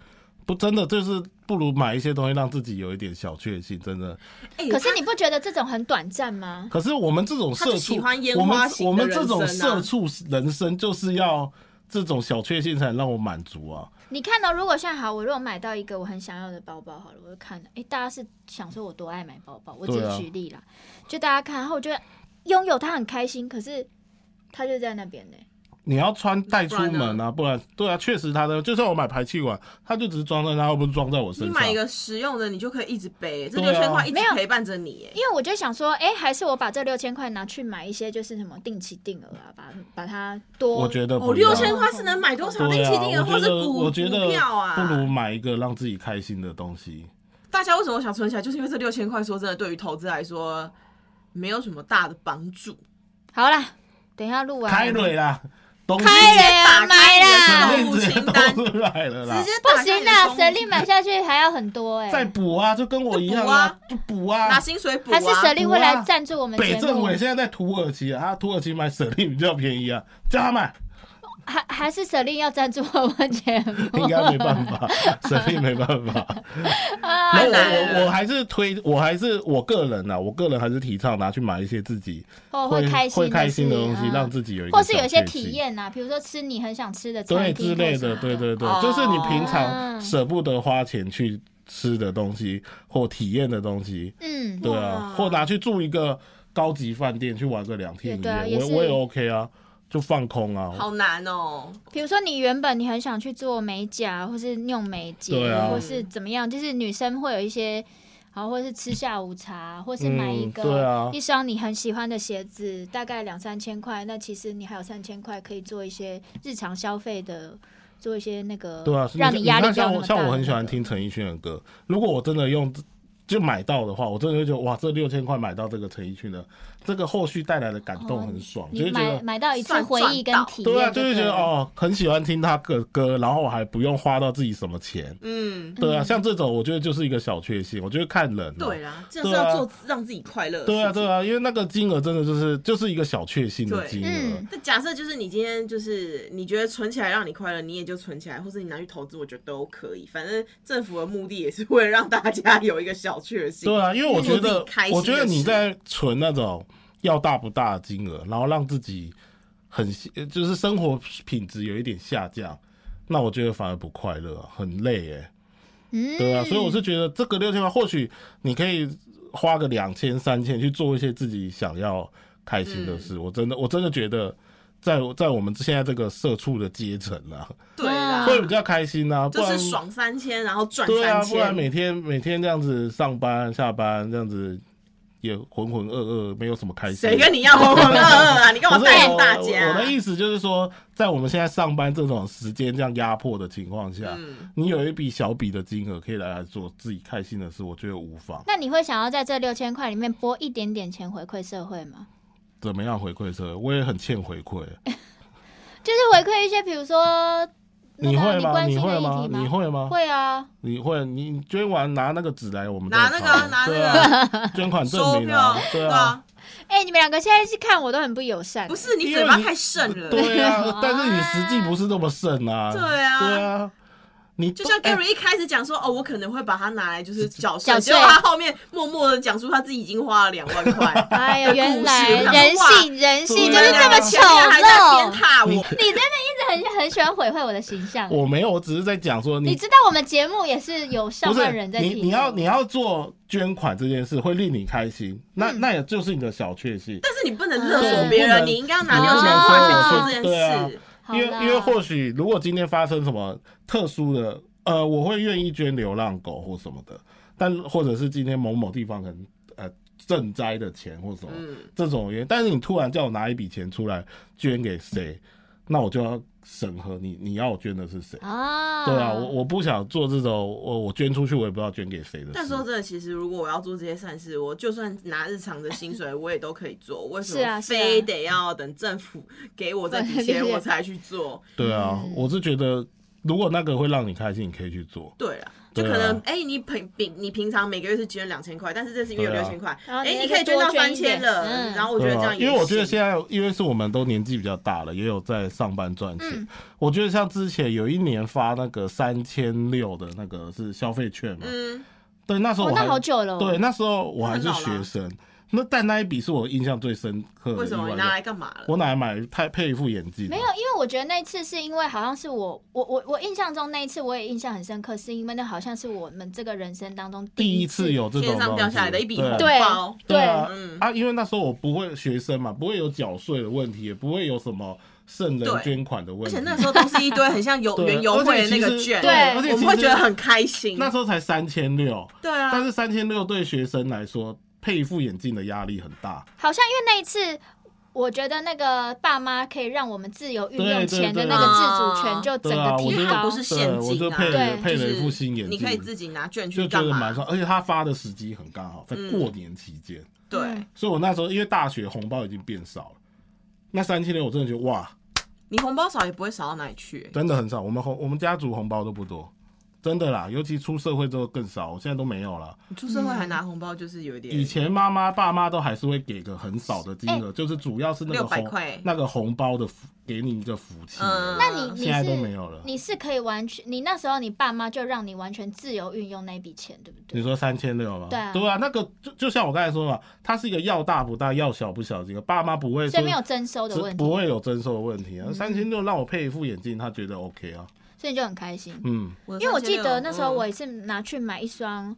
Speaker 3: 不真的就是不如买一些东西让自己有一点小确幸，真的。
Speaker 2: 哎
Speaker 1: 可是你不觉得这种很短暂吗？
Speaker 3: 可是我们这种
Speaker 2: 他就
Speaker 3: 社畜，
Speaker 2: 喜欢烟
Speaker 3: 我
Speaker 2: 花
Speaker 3: 们
Speaker 2: 型的
Speaker 3: 我们这种
Speaker 2: 人生啊
Speaker 3: 社畜人生就是要这种小确幸才能让我满足啊。
Speaker 1: 你看哦到、如果现在好，我如果买到一个我很想要的包包，好了，我就看，哎、大家是想说我多爱买包包，我自
Speaker 3: 对啊
Speaker 1: 己举例啦，就大家看，然后我觉得拥有它很开心，可是它就在那边呢、
Speaker 3: 你要穿带出
Speaker 2: 不然
Speaker 3: 门啊，不然对啊，确实他的就算我买排气管，他就只是装在那，又不是装在我身
Speaker 2: 你
Speaker 3: 上。
Speaker 2: 买一个实用的，你就可以一直背，这
Speaker 3: 对
Speaker 2: 六
Speaker 3: 啊
Speaker 2: 千块一直
Speaker 1: 没有
Speaker 2: 陪伴着你，哎
Speaker 1: 因为我就想说，哎、还是我把这六千块拿去买一些就是什么定期定额啊，把把它多，
Speaker 3: 我觉得
Speaker 2: 哦，
Speaker 3: 不
Speaker 2: 六
Speaker 3: 要
Speaker 2: 千块是能买多少
Speaker 3: 对
Speaker 2: 定
Speaker 3: 啊，
Speaker 2: 期定额
Speaker 3: 我
Speaker 2: 或
Speaker 3: 觉
Speaker 2: 是
Speaker 3: 得
Speaker 2: 股
Speaker 3: 我觉得
Speaker 2: 股票啊？
Speaker 3: 不如买一个让自己开心的东西。
Speaker 2: 大家为什么想存起来，就是因为这六千块，说真的，对于投资来说没有什么大的帮助。
Speaker 1: 好啦，等一下录完
Speaker 3: 开蕊啦，东西
Speaker 1: 开蕊啊，
Speaker 2: 打啊开
Speaker 1: 买啦，
Speaker 2: 你的购
Speaker 3: 省力
Speaker 2: 物
Speaker 3: 直接
Speaker 2: 清单
Speaker 3: 都出来了啦
Speaker 2: 直接，
Speaker 1: 不
Speaker 2: 打开
Speaker 1: 行
Speaker 2: 你的
Speaker 1: 啦，
Speaker 2: 公
Speaker 1: 省力买下去还要很多哎、
Speaker 3: 再补啊，就跟我一样啊，就补啊
Speaker 2: 拿。薪水补啊，
Speaker 1: 还是舍利会
Speaker 3: 补啊
Speaker 1: 来赞助我们
Speaker 3: 北
Speaker 1: 节
Speaker 3: 政
Speaker 1: 目
Speaker 3: 委，现在在土耳其啊，啊土耳其买舍利比较便宜啊，叫他买，
Speaker 1: 还还是舍利要赞助我们节 (laughs) 目
Speaker 3: 应该没办法，舍利没办法。
Speaker 1: 啊？
Speaker 3: 然后
Speaker 2: 难了
Speaker 3: 我我我还是推，我还是我个人呐、啊，我个人还是提倡拿去买一些自己
Speaker 1: 哦，
Speaker 3: 会
Speaker 1: 开心
Speaker 3: 会开心的
Speaker 1: 事
Speaker 3: 东西，
Speaker 1: 嗯
Speaker 3: 让自己有一个
Speaker 1: 或是有
Speaker 3: 小
Speaker 1: 一些
Speaker 3: 确幸
Speaker 1: 体验呐、比如说吃你很想吃的餐
Speaker 3: 对
Speaker 1: 厅
Speaker 3: 之类的，
Speaker 1: 或什么
Speaker 3: 对对对，
Speaker 2: 哦
Speaker 3: 就是你平常舍不得花钱去吃的东西或体验的东西，
Speaker 1: 嗯，
Speaker 3: 对
Speaker 2: 哇，
Speaker 3: 啊或拿去住一个高级饭店去玩个两天一
Speaker 1: 对啊
Speaker 3: 夜，
Speaker 1: 也
Speaker 3: 我
Speaker 1: 是
Speaker 3: 我也 OK 啊，就放空啊。
Speaker 2: 好难哦。
Speaker 1: 比如说你原本你很想去做美甲，或是弄美睫，
Speaker 3: 对啊
Speaker 1: 或是怎么样，就是女生会有一些。好，或是吃下午茶，或是
Speaker 3: 嗯
Speaker 1: 买一个、
Speaker 3: 对啊
Speaker 1: 一双你很喜欢的鞋子，大概两三千块。那其实你还有三千块可以做一些日常消费的，做一些那个，
Speaker 3: 对啊，
Speaker 1: 让
Speaker 3: 你
Speaker 1: 压力
Speaker 3: 看
Speaker 1: 不要那
Speaker 3: 像我
Speaker 1: 么大
Speaker 3: 像
Speaker 1: 的
Speaker 3: 我很喜欢
Speaker 1: 那个
Speaker 3: 听陈奕迅的歌，如果我真的用就买到的话，我真的会觉得哇，这六千块买到这个陈奕迅的，这个后续带来的感动很爽，就
Speaker 1: 哦你
Speaker 3: 是觉
Speaker 1: 买
Speaker 3: 得。
Speaker 1: 买到一次
Speaker 2: 算
Speaker 1: 回
Speaker 2: 赚
Speaker 1: 忆跟
Speaker 2: 到
Speaker 1: 体验，
Speaker 3: 对啊，就
Speaker 1: 就是
Speaker 3: 觉
Speaker 1: 对
Speaker 3: 得
Speaker 1: 了，
Speaker 3: 哦，很喜欢听他的歌，然后我还不用花到自己什么钱。
Speaker 2: 嗯，
Speaker 3: 对啊，像这种我觉得就是一个小确幸，我觉得看人、啊。
Speaker 2: 对啦，这是
Speaker 3: 对
Speaker 2: 要
Speaker 3: 啊
Speaker 2: 做让自己快乐。
Speaker 3: 对啊，对。啊，因为那个金额真的就是就是一个小确幸的
Speaker 2: 对
Speaker 3: 金额
Speaker 1: 嗯。
Speaker 2: 那假设就是你今天就是你觉得存起来让你快乐，你也就存起来，或者你拿去投资，我觉得都可以。反正政府的目的也是为了让大家有一个小确幸。
Speaker 3: 对啊，因为我觉得
Speaker 2: 自己开，心的
Speaker 3: 我觉得你
Speaker 2: 事
Speaker 3: 在存那种要大不大的金额，然后让自己很就是生活品质有一点下降，那我觉得反而不快乐啊，很累耶、
Speaker 1: 嗯，
Speaker 3: 对啊，所以我是觉得这个六千块，或许你可以花个两千、三千去做一些自己想要开心的
Speaker 2: 嗯
Speaker 3: 事。我真的，我真的觉得在，在我们现在这个社畜的阶层啊，
Speaker 2: 对啦，
Speaker 3: 会比较开心啊，不
Speaker 2: 就
Speaker 3: 然
Speaker 2: 是爽三千，然后赚
Speaker 3: 对啊
Speaker 2: 三，
Speaker 3: 不然
Speaker 2: 千。
Speaker 3: 每天每天这样子上班下班这样子也浑浑噩噩，没有什么开心。
Speaker 2: 谁跟你要浑浑噩噩啊？你干嘛
Speaker 3: 不是
Speaker 2: 带
Speaker 3: 我
Speaker 2: 动大家、
Speaker 3: 我的意思就是说，在我们现在上班这种时间这样压迫的情况下，
Speaker 2: 嗯
Speaker 3: 你有一笔小笔的金额可以拿来做自己开心的事，我觉得无妨。
Speaker 1: 那你会想要在这六千块里面拨一点点钱回馈社会吗？
Speaker 3: 怎么样回馈社会？我也很欠回馈。
Speaker 1: 就是回馈一些，比如说 (laughs) 那
Speaker 3: 你
Speaker 1: 个
Speaker 3: 会
Speaker 1: 你
Speaker 3: 吗？
Speaker 1: 关
Speaker 3: 你
Speaker 1: 心的
Speaker 3: 会
Speaker 1: 议
Speaker 3: 吗
Speaker 1: 题？
Speaker 3: 你会吗？
Speaker 1: 会啊，
Speaker 3: 你会？你你捐完拿那个纸来，我们
Speaker 2: 拿
Speaker 3: 再
Speaker 2: 那个
Speaker 3: 讨论
Speaker 2: 拿那
Speaker 3: 对
Speaker 2: 个 (laughs)
Speaker 3: 啊捐款
Speaker 2: 收
Speaker 3: 证明
Speaker 2: 票
Speaker 3: 啊，，对
Speaker 2: 对
Speaker 3: 啊
Speaker 2: 啊，，
Speaker 1: 哎、你们两个现在是看我都很不友善，
Speaker 2: 不是你
Speaker 3: 因
Speaker 2: 嘴
Speaker 3: 为
Speaker 2: 巴
Speaker 3: 你
Speaker 2: 太剩了，欸
Speaker 3: 对
Speaker 2: (laughs)
Speaker 3: 啊，但是你实际不是那么剩啊，
Speaker 2: 对啊
Speaker 3: 对啊，你
Speaker 2: 就像
Speaker 3: 哎
Speaker 2: Gary 一开始讲说，哦，我可能会把它拿来就是缴
Speaker 1: 缴
Speaker 2: 税，结果
Speaker 1: 税。
Speaker 2: 他后面默默的讲出他自己已经花了两万块
Speaker 1: 哎呀，
Speaker 2: 的故事
Speaker 1: 原来
Speaker 2: 我想说
Speaker 1: 人
Speaker 2: 哇
Speaker 1: 性，人性
Speaker 3: 对
Speaker 1: 就
Speaker 3: 啊
Speaker 1: 是这么丑
Speaker 2: 还在
Speaker 1: 陋
Speaker 2: 偏。袒我，
Speaker 1: 你真的一直很很喜欢毁坏我的形象。
Speaker 3: 我没有，我只是在讲说
Speaker 1: 你
Speaker 3: 你
Speaker 1: 知道我们节目也是有上
Speaker 3: 不
Speaker 1: 万
Speaker 3: 是
Speaker 1: 人在
Speaker 3: 你
Speaker 1: 听
Speaker 3: 你要你要做捐款这件事会令你开心，那
Speaker 1: 嗯
Speaker 3: 那也就是你的小确幸，
Speaker 2: 但是你不能勒索
Speaker 1: 对
Speaker 2: 别
Speaker 3: 不
Speaker 2: 人，
Speaker 3: 能
Speaker 2: 你应该要拿
Speaker 1: 你
Speaker 2: 六
Speaker 1: 不
Speaker 2: 千
Speaker 1: 能
Speaker 2: 块
Speaker 1: 说我
Speaker 2: 去做
Speaker 1: 是
Speaker 2: 这
Speaker 3: 对啊
Speaker 2: 件事。
Speaker 1: 好
Speaker 3: 因为
Speaker 1: 啦
Speaker 3: 因为或许如果今天发生什么特殊的，呃，我会愿意捐流浪狗或什么的，但或者是今天某某地方可能呃赈灾的钱或什么，
Speaker 2: 嗯，
Speaker 3: 这种原因，但是你突然叫我拿一笔钱出来捐给谁，那我就要审核你，你要我捐的是谁？
Speaker 1: 啊，
Speaker 3: 对啊，我我不想做这种，我我捐出去我也不知道捐给谁的事。
Speaker 2: 但说真的，其实如果我要做这些善事，我就算拿日常的薪水，我也都可以做。为什
Speaker 1: 是啊
Speaker 2: 么
Speaker 1: 是啊
Speaker 2: 非得要等政府给我这笔
Speaker 1: (laughs) 对
Speaker 2: 钱我才去做？
Speaker 3: 对啊，
Speaker 1: 嗯
Speaker 3: 我是觉得如果那个会让你开心，你可以去做。
Speaker 2: 对了，就
Speaker 3: 对
Speaker 2: 可
Speaker 3: 啊
Speaker 2: 能哎、你平平你平常每个月是捐两千块，但是这次因为有
Speaker 3: 对
Speaker 2: 六
Speaker 3: 啊
Speaker 2: 千块，哎、
Speaker 1: 然后你
Speaker 2: 你
Speaker 1: 还
Speaker 2: 可以
Speaker 1: 是
Speaker 2: 捐
Speaker 1: 多
Speaker 2: 到
Speaker 1: 捐
Speaker 2: 三
Speaker 1: 一
Speaker 2: 千
Speaker 1: 点
Speaker 2: 了。
Speaker 1: 嗯
Speaker 2: 然后我觉得这
Speaker 3: 对
Speaker 2: 样
Speaker 3: 啊，
Speaker 2: 也行，
Speaker 3: 因为我觉得现在，因为是我们都年纪比较大了，也有在上班赚钱。
Speaker 1: 嗯
Speaker 3: 我觉得像之前有一年发那个三千六的那个是消费券嘛，
Speaker 2: 嗯，
Speaker 3: 对，那时候
Speaker 1: 哦
Speaker 3: 我还、
Speaker 1: 那好久了哦，
Speaker 3: 对，那时候我还
Speaker 2: 那
Speaker 3: 是
Speaker 2: 很老了
Speaker 3: 学生。那但那一笔是我印象最深刻的
Speaker 2: 为
Speaker 3: 意
Speaker 2: 什么
Speaker 3: 外
Speaker 2: 你
Speaker 3: 的
Speaker 2: 拿来干嘛了？
Speaker 3: 我奶奶买太配一副眼镜，啊
Speaker 1: 没有，因为我觉得那一次是因为好像是我，我我我印象中那一次我也印象很深刻，是因为那好像是我们这个人生当中
Speaker 3: 第一
Speaker 1: 一
Speaker 3: 次。有这种
Speaker 2: 天上
Speaker 3: 东
Speaker 2: 掉
Speaker 3: 西
Speaker 2: 下来的一笔
Speaker 3: 对
Speaker 2: 红
Speaker 3: 啊
Speaker 1: 对
Speaker 2: 包，
Speaker 3: 对啊
Speaker 2: 嗯
Speaker 3: 啊，因为那时候我不会学生嘛，不会有缴税的问题，也不会有什么圣
Speaker 2: 对
Speaker 3: 人捐款的
Speaker 2: 而
Speaker 3: 问题，
Speaker 2: 且那时候都是一堆很像
Speaker 3: (laughs)
Speaker 2: 游
Speaker 3: 对
Speaker 2: 园游会的那
Speaker 3: 而且
Speaker 2: 个
Speaker 3: 其实
Speaker 2: 券，
Speaker 1: 对
Speaker 3: 而且
Speaker 2: 我
Speaker 3: 其
Speaker 2: 们会
Speaker 3: 实
Speaker 2: 觉得很开心。
Speaker 3: 那时候才三千六，
Speaker 2: 对啊，
Speaker 3: 但是三千六对学生来说。配一副眼镜的压力很大，
Speaker 1: 好像因为那一次，我觉得那个爸妈可以让我们自由运用
Speaker 3: 对对
Speaker 1: 钱的
Speaker 3: 对
Speaker 1: 那个自主权，就整
Speaker 3: 对啊
Speaker 1: 个
Speaker 3: 我
Speaker 1: 提
Speaker 3: 觉得
Speaker 1: 高。
Speaker 2: 不是现
Speaker 3: 对，我
Speaker 2: 金
Speaker 3: 就
Speaker 2: 啊
Speaker 3: 配了
Speaker 1: 对
Speaker 3: 配
Speaker 2: 就
Speaker 3: 了
Speaker 2: 是
Speaker 3: 一副新眼
Speaker 2: 你
Speaker 3: 镜，
Speaker 2: 可以自己拿券
Speaker 3: 就
Speaker 2: 去
Speaker 3: 觉
Speaker 2: 干
Speaker 3: 得
Speaker 2: 嘛嗯
Speaker 3: 蛮？爽，而且他发的时机很刚好，在过年期间，
Speaker 2: 对
Speaker 1: 嗯，
Speaker 3: 所以我那时候因为大学红包已经变少了，那三千六我真的觉得哇，
Speaker 2: 你红包少也不会少到哪里去。欸
Speaker 3: 真的很少。我们红我们家族红包都不多，真的啦。尤其出社会之后更少，我现在都没有了。
Speaker 2: 你出社会还拿红包，就是有一点
Speaker 3: 以前妈妈爸妈都还是会给个很少的金额，就是主要是那个
Speaker 2: 600
Speaker 3: 红
Speaker 2: 哎块
Speaker 3: 那个红包的福给你一个福气。
Speaker 2: 嗯
Speaker 1: 那你你
Speaker 3: 现在都没
Speaker 1: 是
Speaker 3: 有了。
Speaker 1: 你是可以完全，你那时候你爸妈就让你完全自由运用那笔钱，对不
Speaker 3: 你
Speaker 1: 对？
Speaker 3: 说三千六吗？
Speaker 1: 对啊
Speaker 3: 那个就就像我刚才说的嘛，它是一个要大不大，要小不小的一个，爸妈不会
Speaker 1: 所
Speaker 3: 说
Speaker 1: 以没有征收的
Speaker 3: 只
Speaker 1: 问题，嗯
Speaker 3: 不会有征收的问题啊。三千六让我配一副眼镜，他觉得 OK 啊。
Speaker 1: 所以就很开心。
Speaker 3: 嗯，
Speaker 2: 的
Speaker 1: 因为我记得
Speaker 2: 36
Speaker 1: 那时候
Speaker 2: 嗯
Speaker 1: 我也是拿去买一双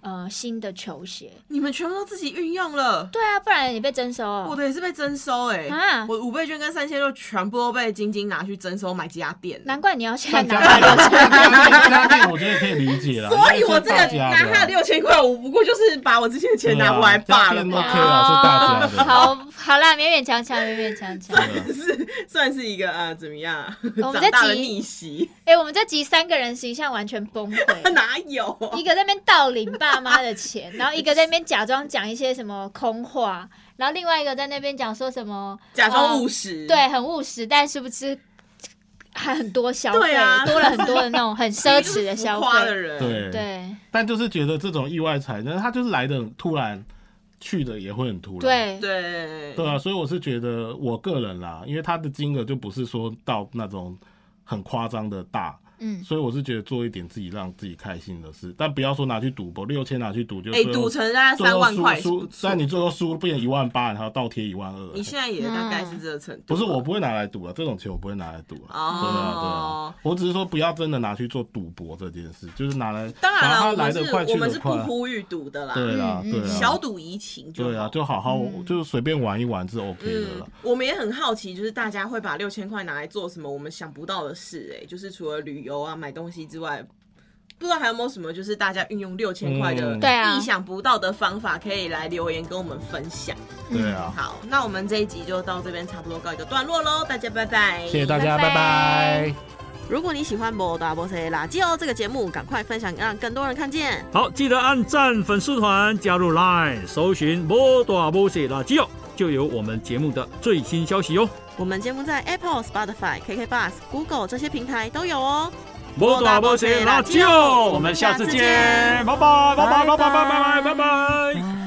Speaker 1: 呃新的球鞋。
Speaker 2: 你们全部都自己运用了，
Speaker 1: 对啊，不然你被征收
Speaker 2: 我
Speaker 1: 哦。
Speaker 2: 的也是被征收哎、
Speaker 1: 啊
Speaker 2: 我五倍券跟三千六全部都被晶晶拿去征收买家电，
Speaker 1: 难怪你
Speaker 2: (laughs)
Speaker 1: 要现在
Speaker 3: 但
Speaker 1: 拿
Speaker 3: 家
Speaker 1: 到六千。
Speaker 3: 电家电我觉得可以理解啦。
Speaker 2: 所以
Speaker 3: 因
Speaker 2: 我
Speaker 3: 为是
Speaker 2: 这个
Speaker 3: 大
Speaker 2: 拿
Speaker 3: 家的啊
Speaker 2: 他的六千块，我不过就是把我之前的钱拿回来罢了
Speaker 3: 对
Speaker 2: 嘛，
Speaker 3: 啊家电 OK 啦是大家的
Speaker 1: 哦好，好啦，勉勉强强，勉勉强强。
Speaker 3: (laughs) 对
Speaker 2: 是算是一个啊、呃怎么样啊？
Speaker 1: (laughs) 我们
Speaker 2: 长
Speaker 1: 在
Speaker 2: 大的
Speaker 1: 急
Speaker 2: 逆袭， (laughs)
Speaker 1: 哎、我们这集三个人形象完全崩溃，
Speaker 2: 哪有？
Speaker 1: 一个在那边盗领大妈的钱，然后一个在那边假装讲一些什么空话，然后另外一个在那边讲说什么
Speaker 2: 假装务
Speaker 1: 实。
Speaker 2: 实，
Speaker 1: 哦对，很务实，但殊不知还很多消费，
Speaker 2: 对啊
Speaker 1: 多了很多的那种很奢
Speaker 2: 就是
Speaker 1: 侈的
Speaker 2: 浮 (laughs)
Speaker 1: 消
Speaker 2: 夸的
Speaker 1: 费。
Speaker 2: 人，，
Speaker 3: 对，
Speaker 1: 对
Speaker 3: 但就是觉得这种意外财，但是他就是来的很突然，去的也会很突然。
Speaker 1: 对
Speaker 2: 对
Speaker 3: 对啊，所以我是觉得我个人啦，因为他的金额就不是说到那种很夸张的大，
Speaker 1: 嗯，
Speaker 3: 所以我是觉得做一点自己让自己开心的事，但不要说拿去赌博，六千拿去赌就
Speaker 2: 哎，
Speaker 3: 最后
Speaker 2: 赌成大概
Speaker 3: 最
Speaker 2: 三
Speaker 3: 后
Speaker 2: 万
Speaker 3: 啊输
Speaker 2: 块是不
Speaker 3: 输，
Speaker 2: 错
Speaker 3: 但。你最后输变一万八，然后倒贴一万二
Speaker 2: 你。现在也大
Speaker 1: 嗯
Speaker 2: 概是这个程度，
Speaker 3: 不是，我不会拿来赌了，啊这种钱我不会拿来赌了。对啊，对
Speaker 2: 哦
Speaker 3: 啊，，我只是说不要真的拿去做赌博这件事，就是拿来，
Speaker 2: 当然
Speaker 3: 拿
Speaker 2: 了，
Speaker 3: 它
Speaker 2: 我
Speaker 3: 来
Speaker 2: 们
Speaker 3: 的
Speaker 2: 是
Speaker 3: 快
Speaker 2: 我
Speaker 3: 去
Speaker 2: 们
Speaker 3: 的
Speaker 2: 是不
Speaker 3: 快，啊
Speaker 2: 呼吁赌的啦，
Speaker 3: 对啦，
Speaker 1: 嗯嗯
Speaker 3: 对啦，
Speaker 2: 小赌怡情就
Speaker 3: 对啊，
Speaker 2: 好。
Speaker 3: 就好好
Speaker 1: 嗯
Speaker 3: 就是随便玩一玩是 OK 的
Speaker 2: 嗯
Speaker 3: 了。，
Speaker 2: 我们也很好奇，就是大家会把六千块拿来做什么我们想不到的事、哎，就是除了旅游啊、买东西之外，不知道还有没有什么，就是大家运用六千块的
Speaker 3: 嗯
Speaker 1: 对啊
Speaker 2: 意想不到的方法，可以来留言跟我们分享。
Speaker 3: 对啊，
Speaker 2: 好，那我们这一集就到这边差不多告一个段落喽，大家拜拜，
Speaker 3: 谢谢大家，
Speaker 1: 拜拜
Speaker 3: 拜拜
Speaker 2: 如果你喜欢《博达波塞垃圾哦》这个节目，赶快分享，让更多人看见。
Speaker 5: 好，记得按赞粉丝团，加入 Line，搜寻“摩大摩西垃圾哦”，就有我们节目的最新消息哦。
Speaker 2: 我们节目在 Apple、Spotify、KK Bus、Google 这些平台都有哦。
Speaker 5: 摩大摩西垃圾哦，我们下次见，拜拜拜拜拜拜拜拜拜拜。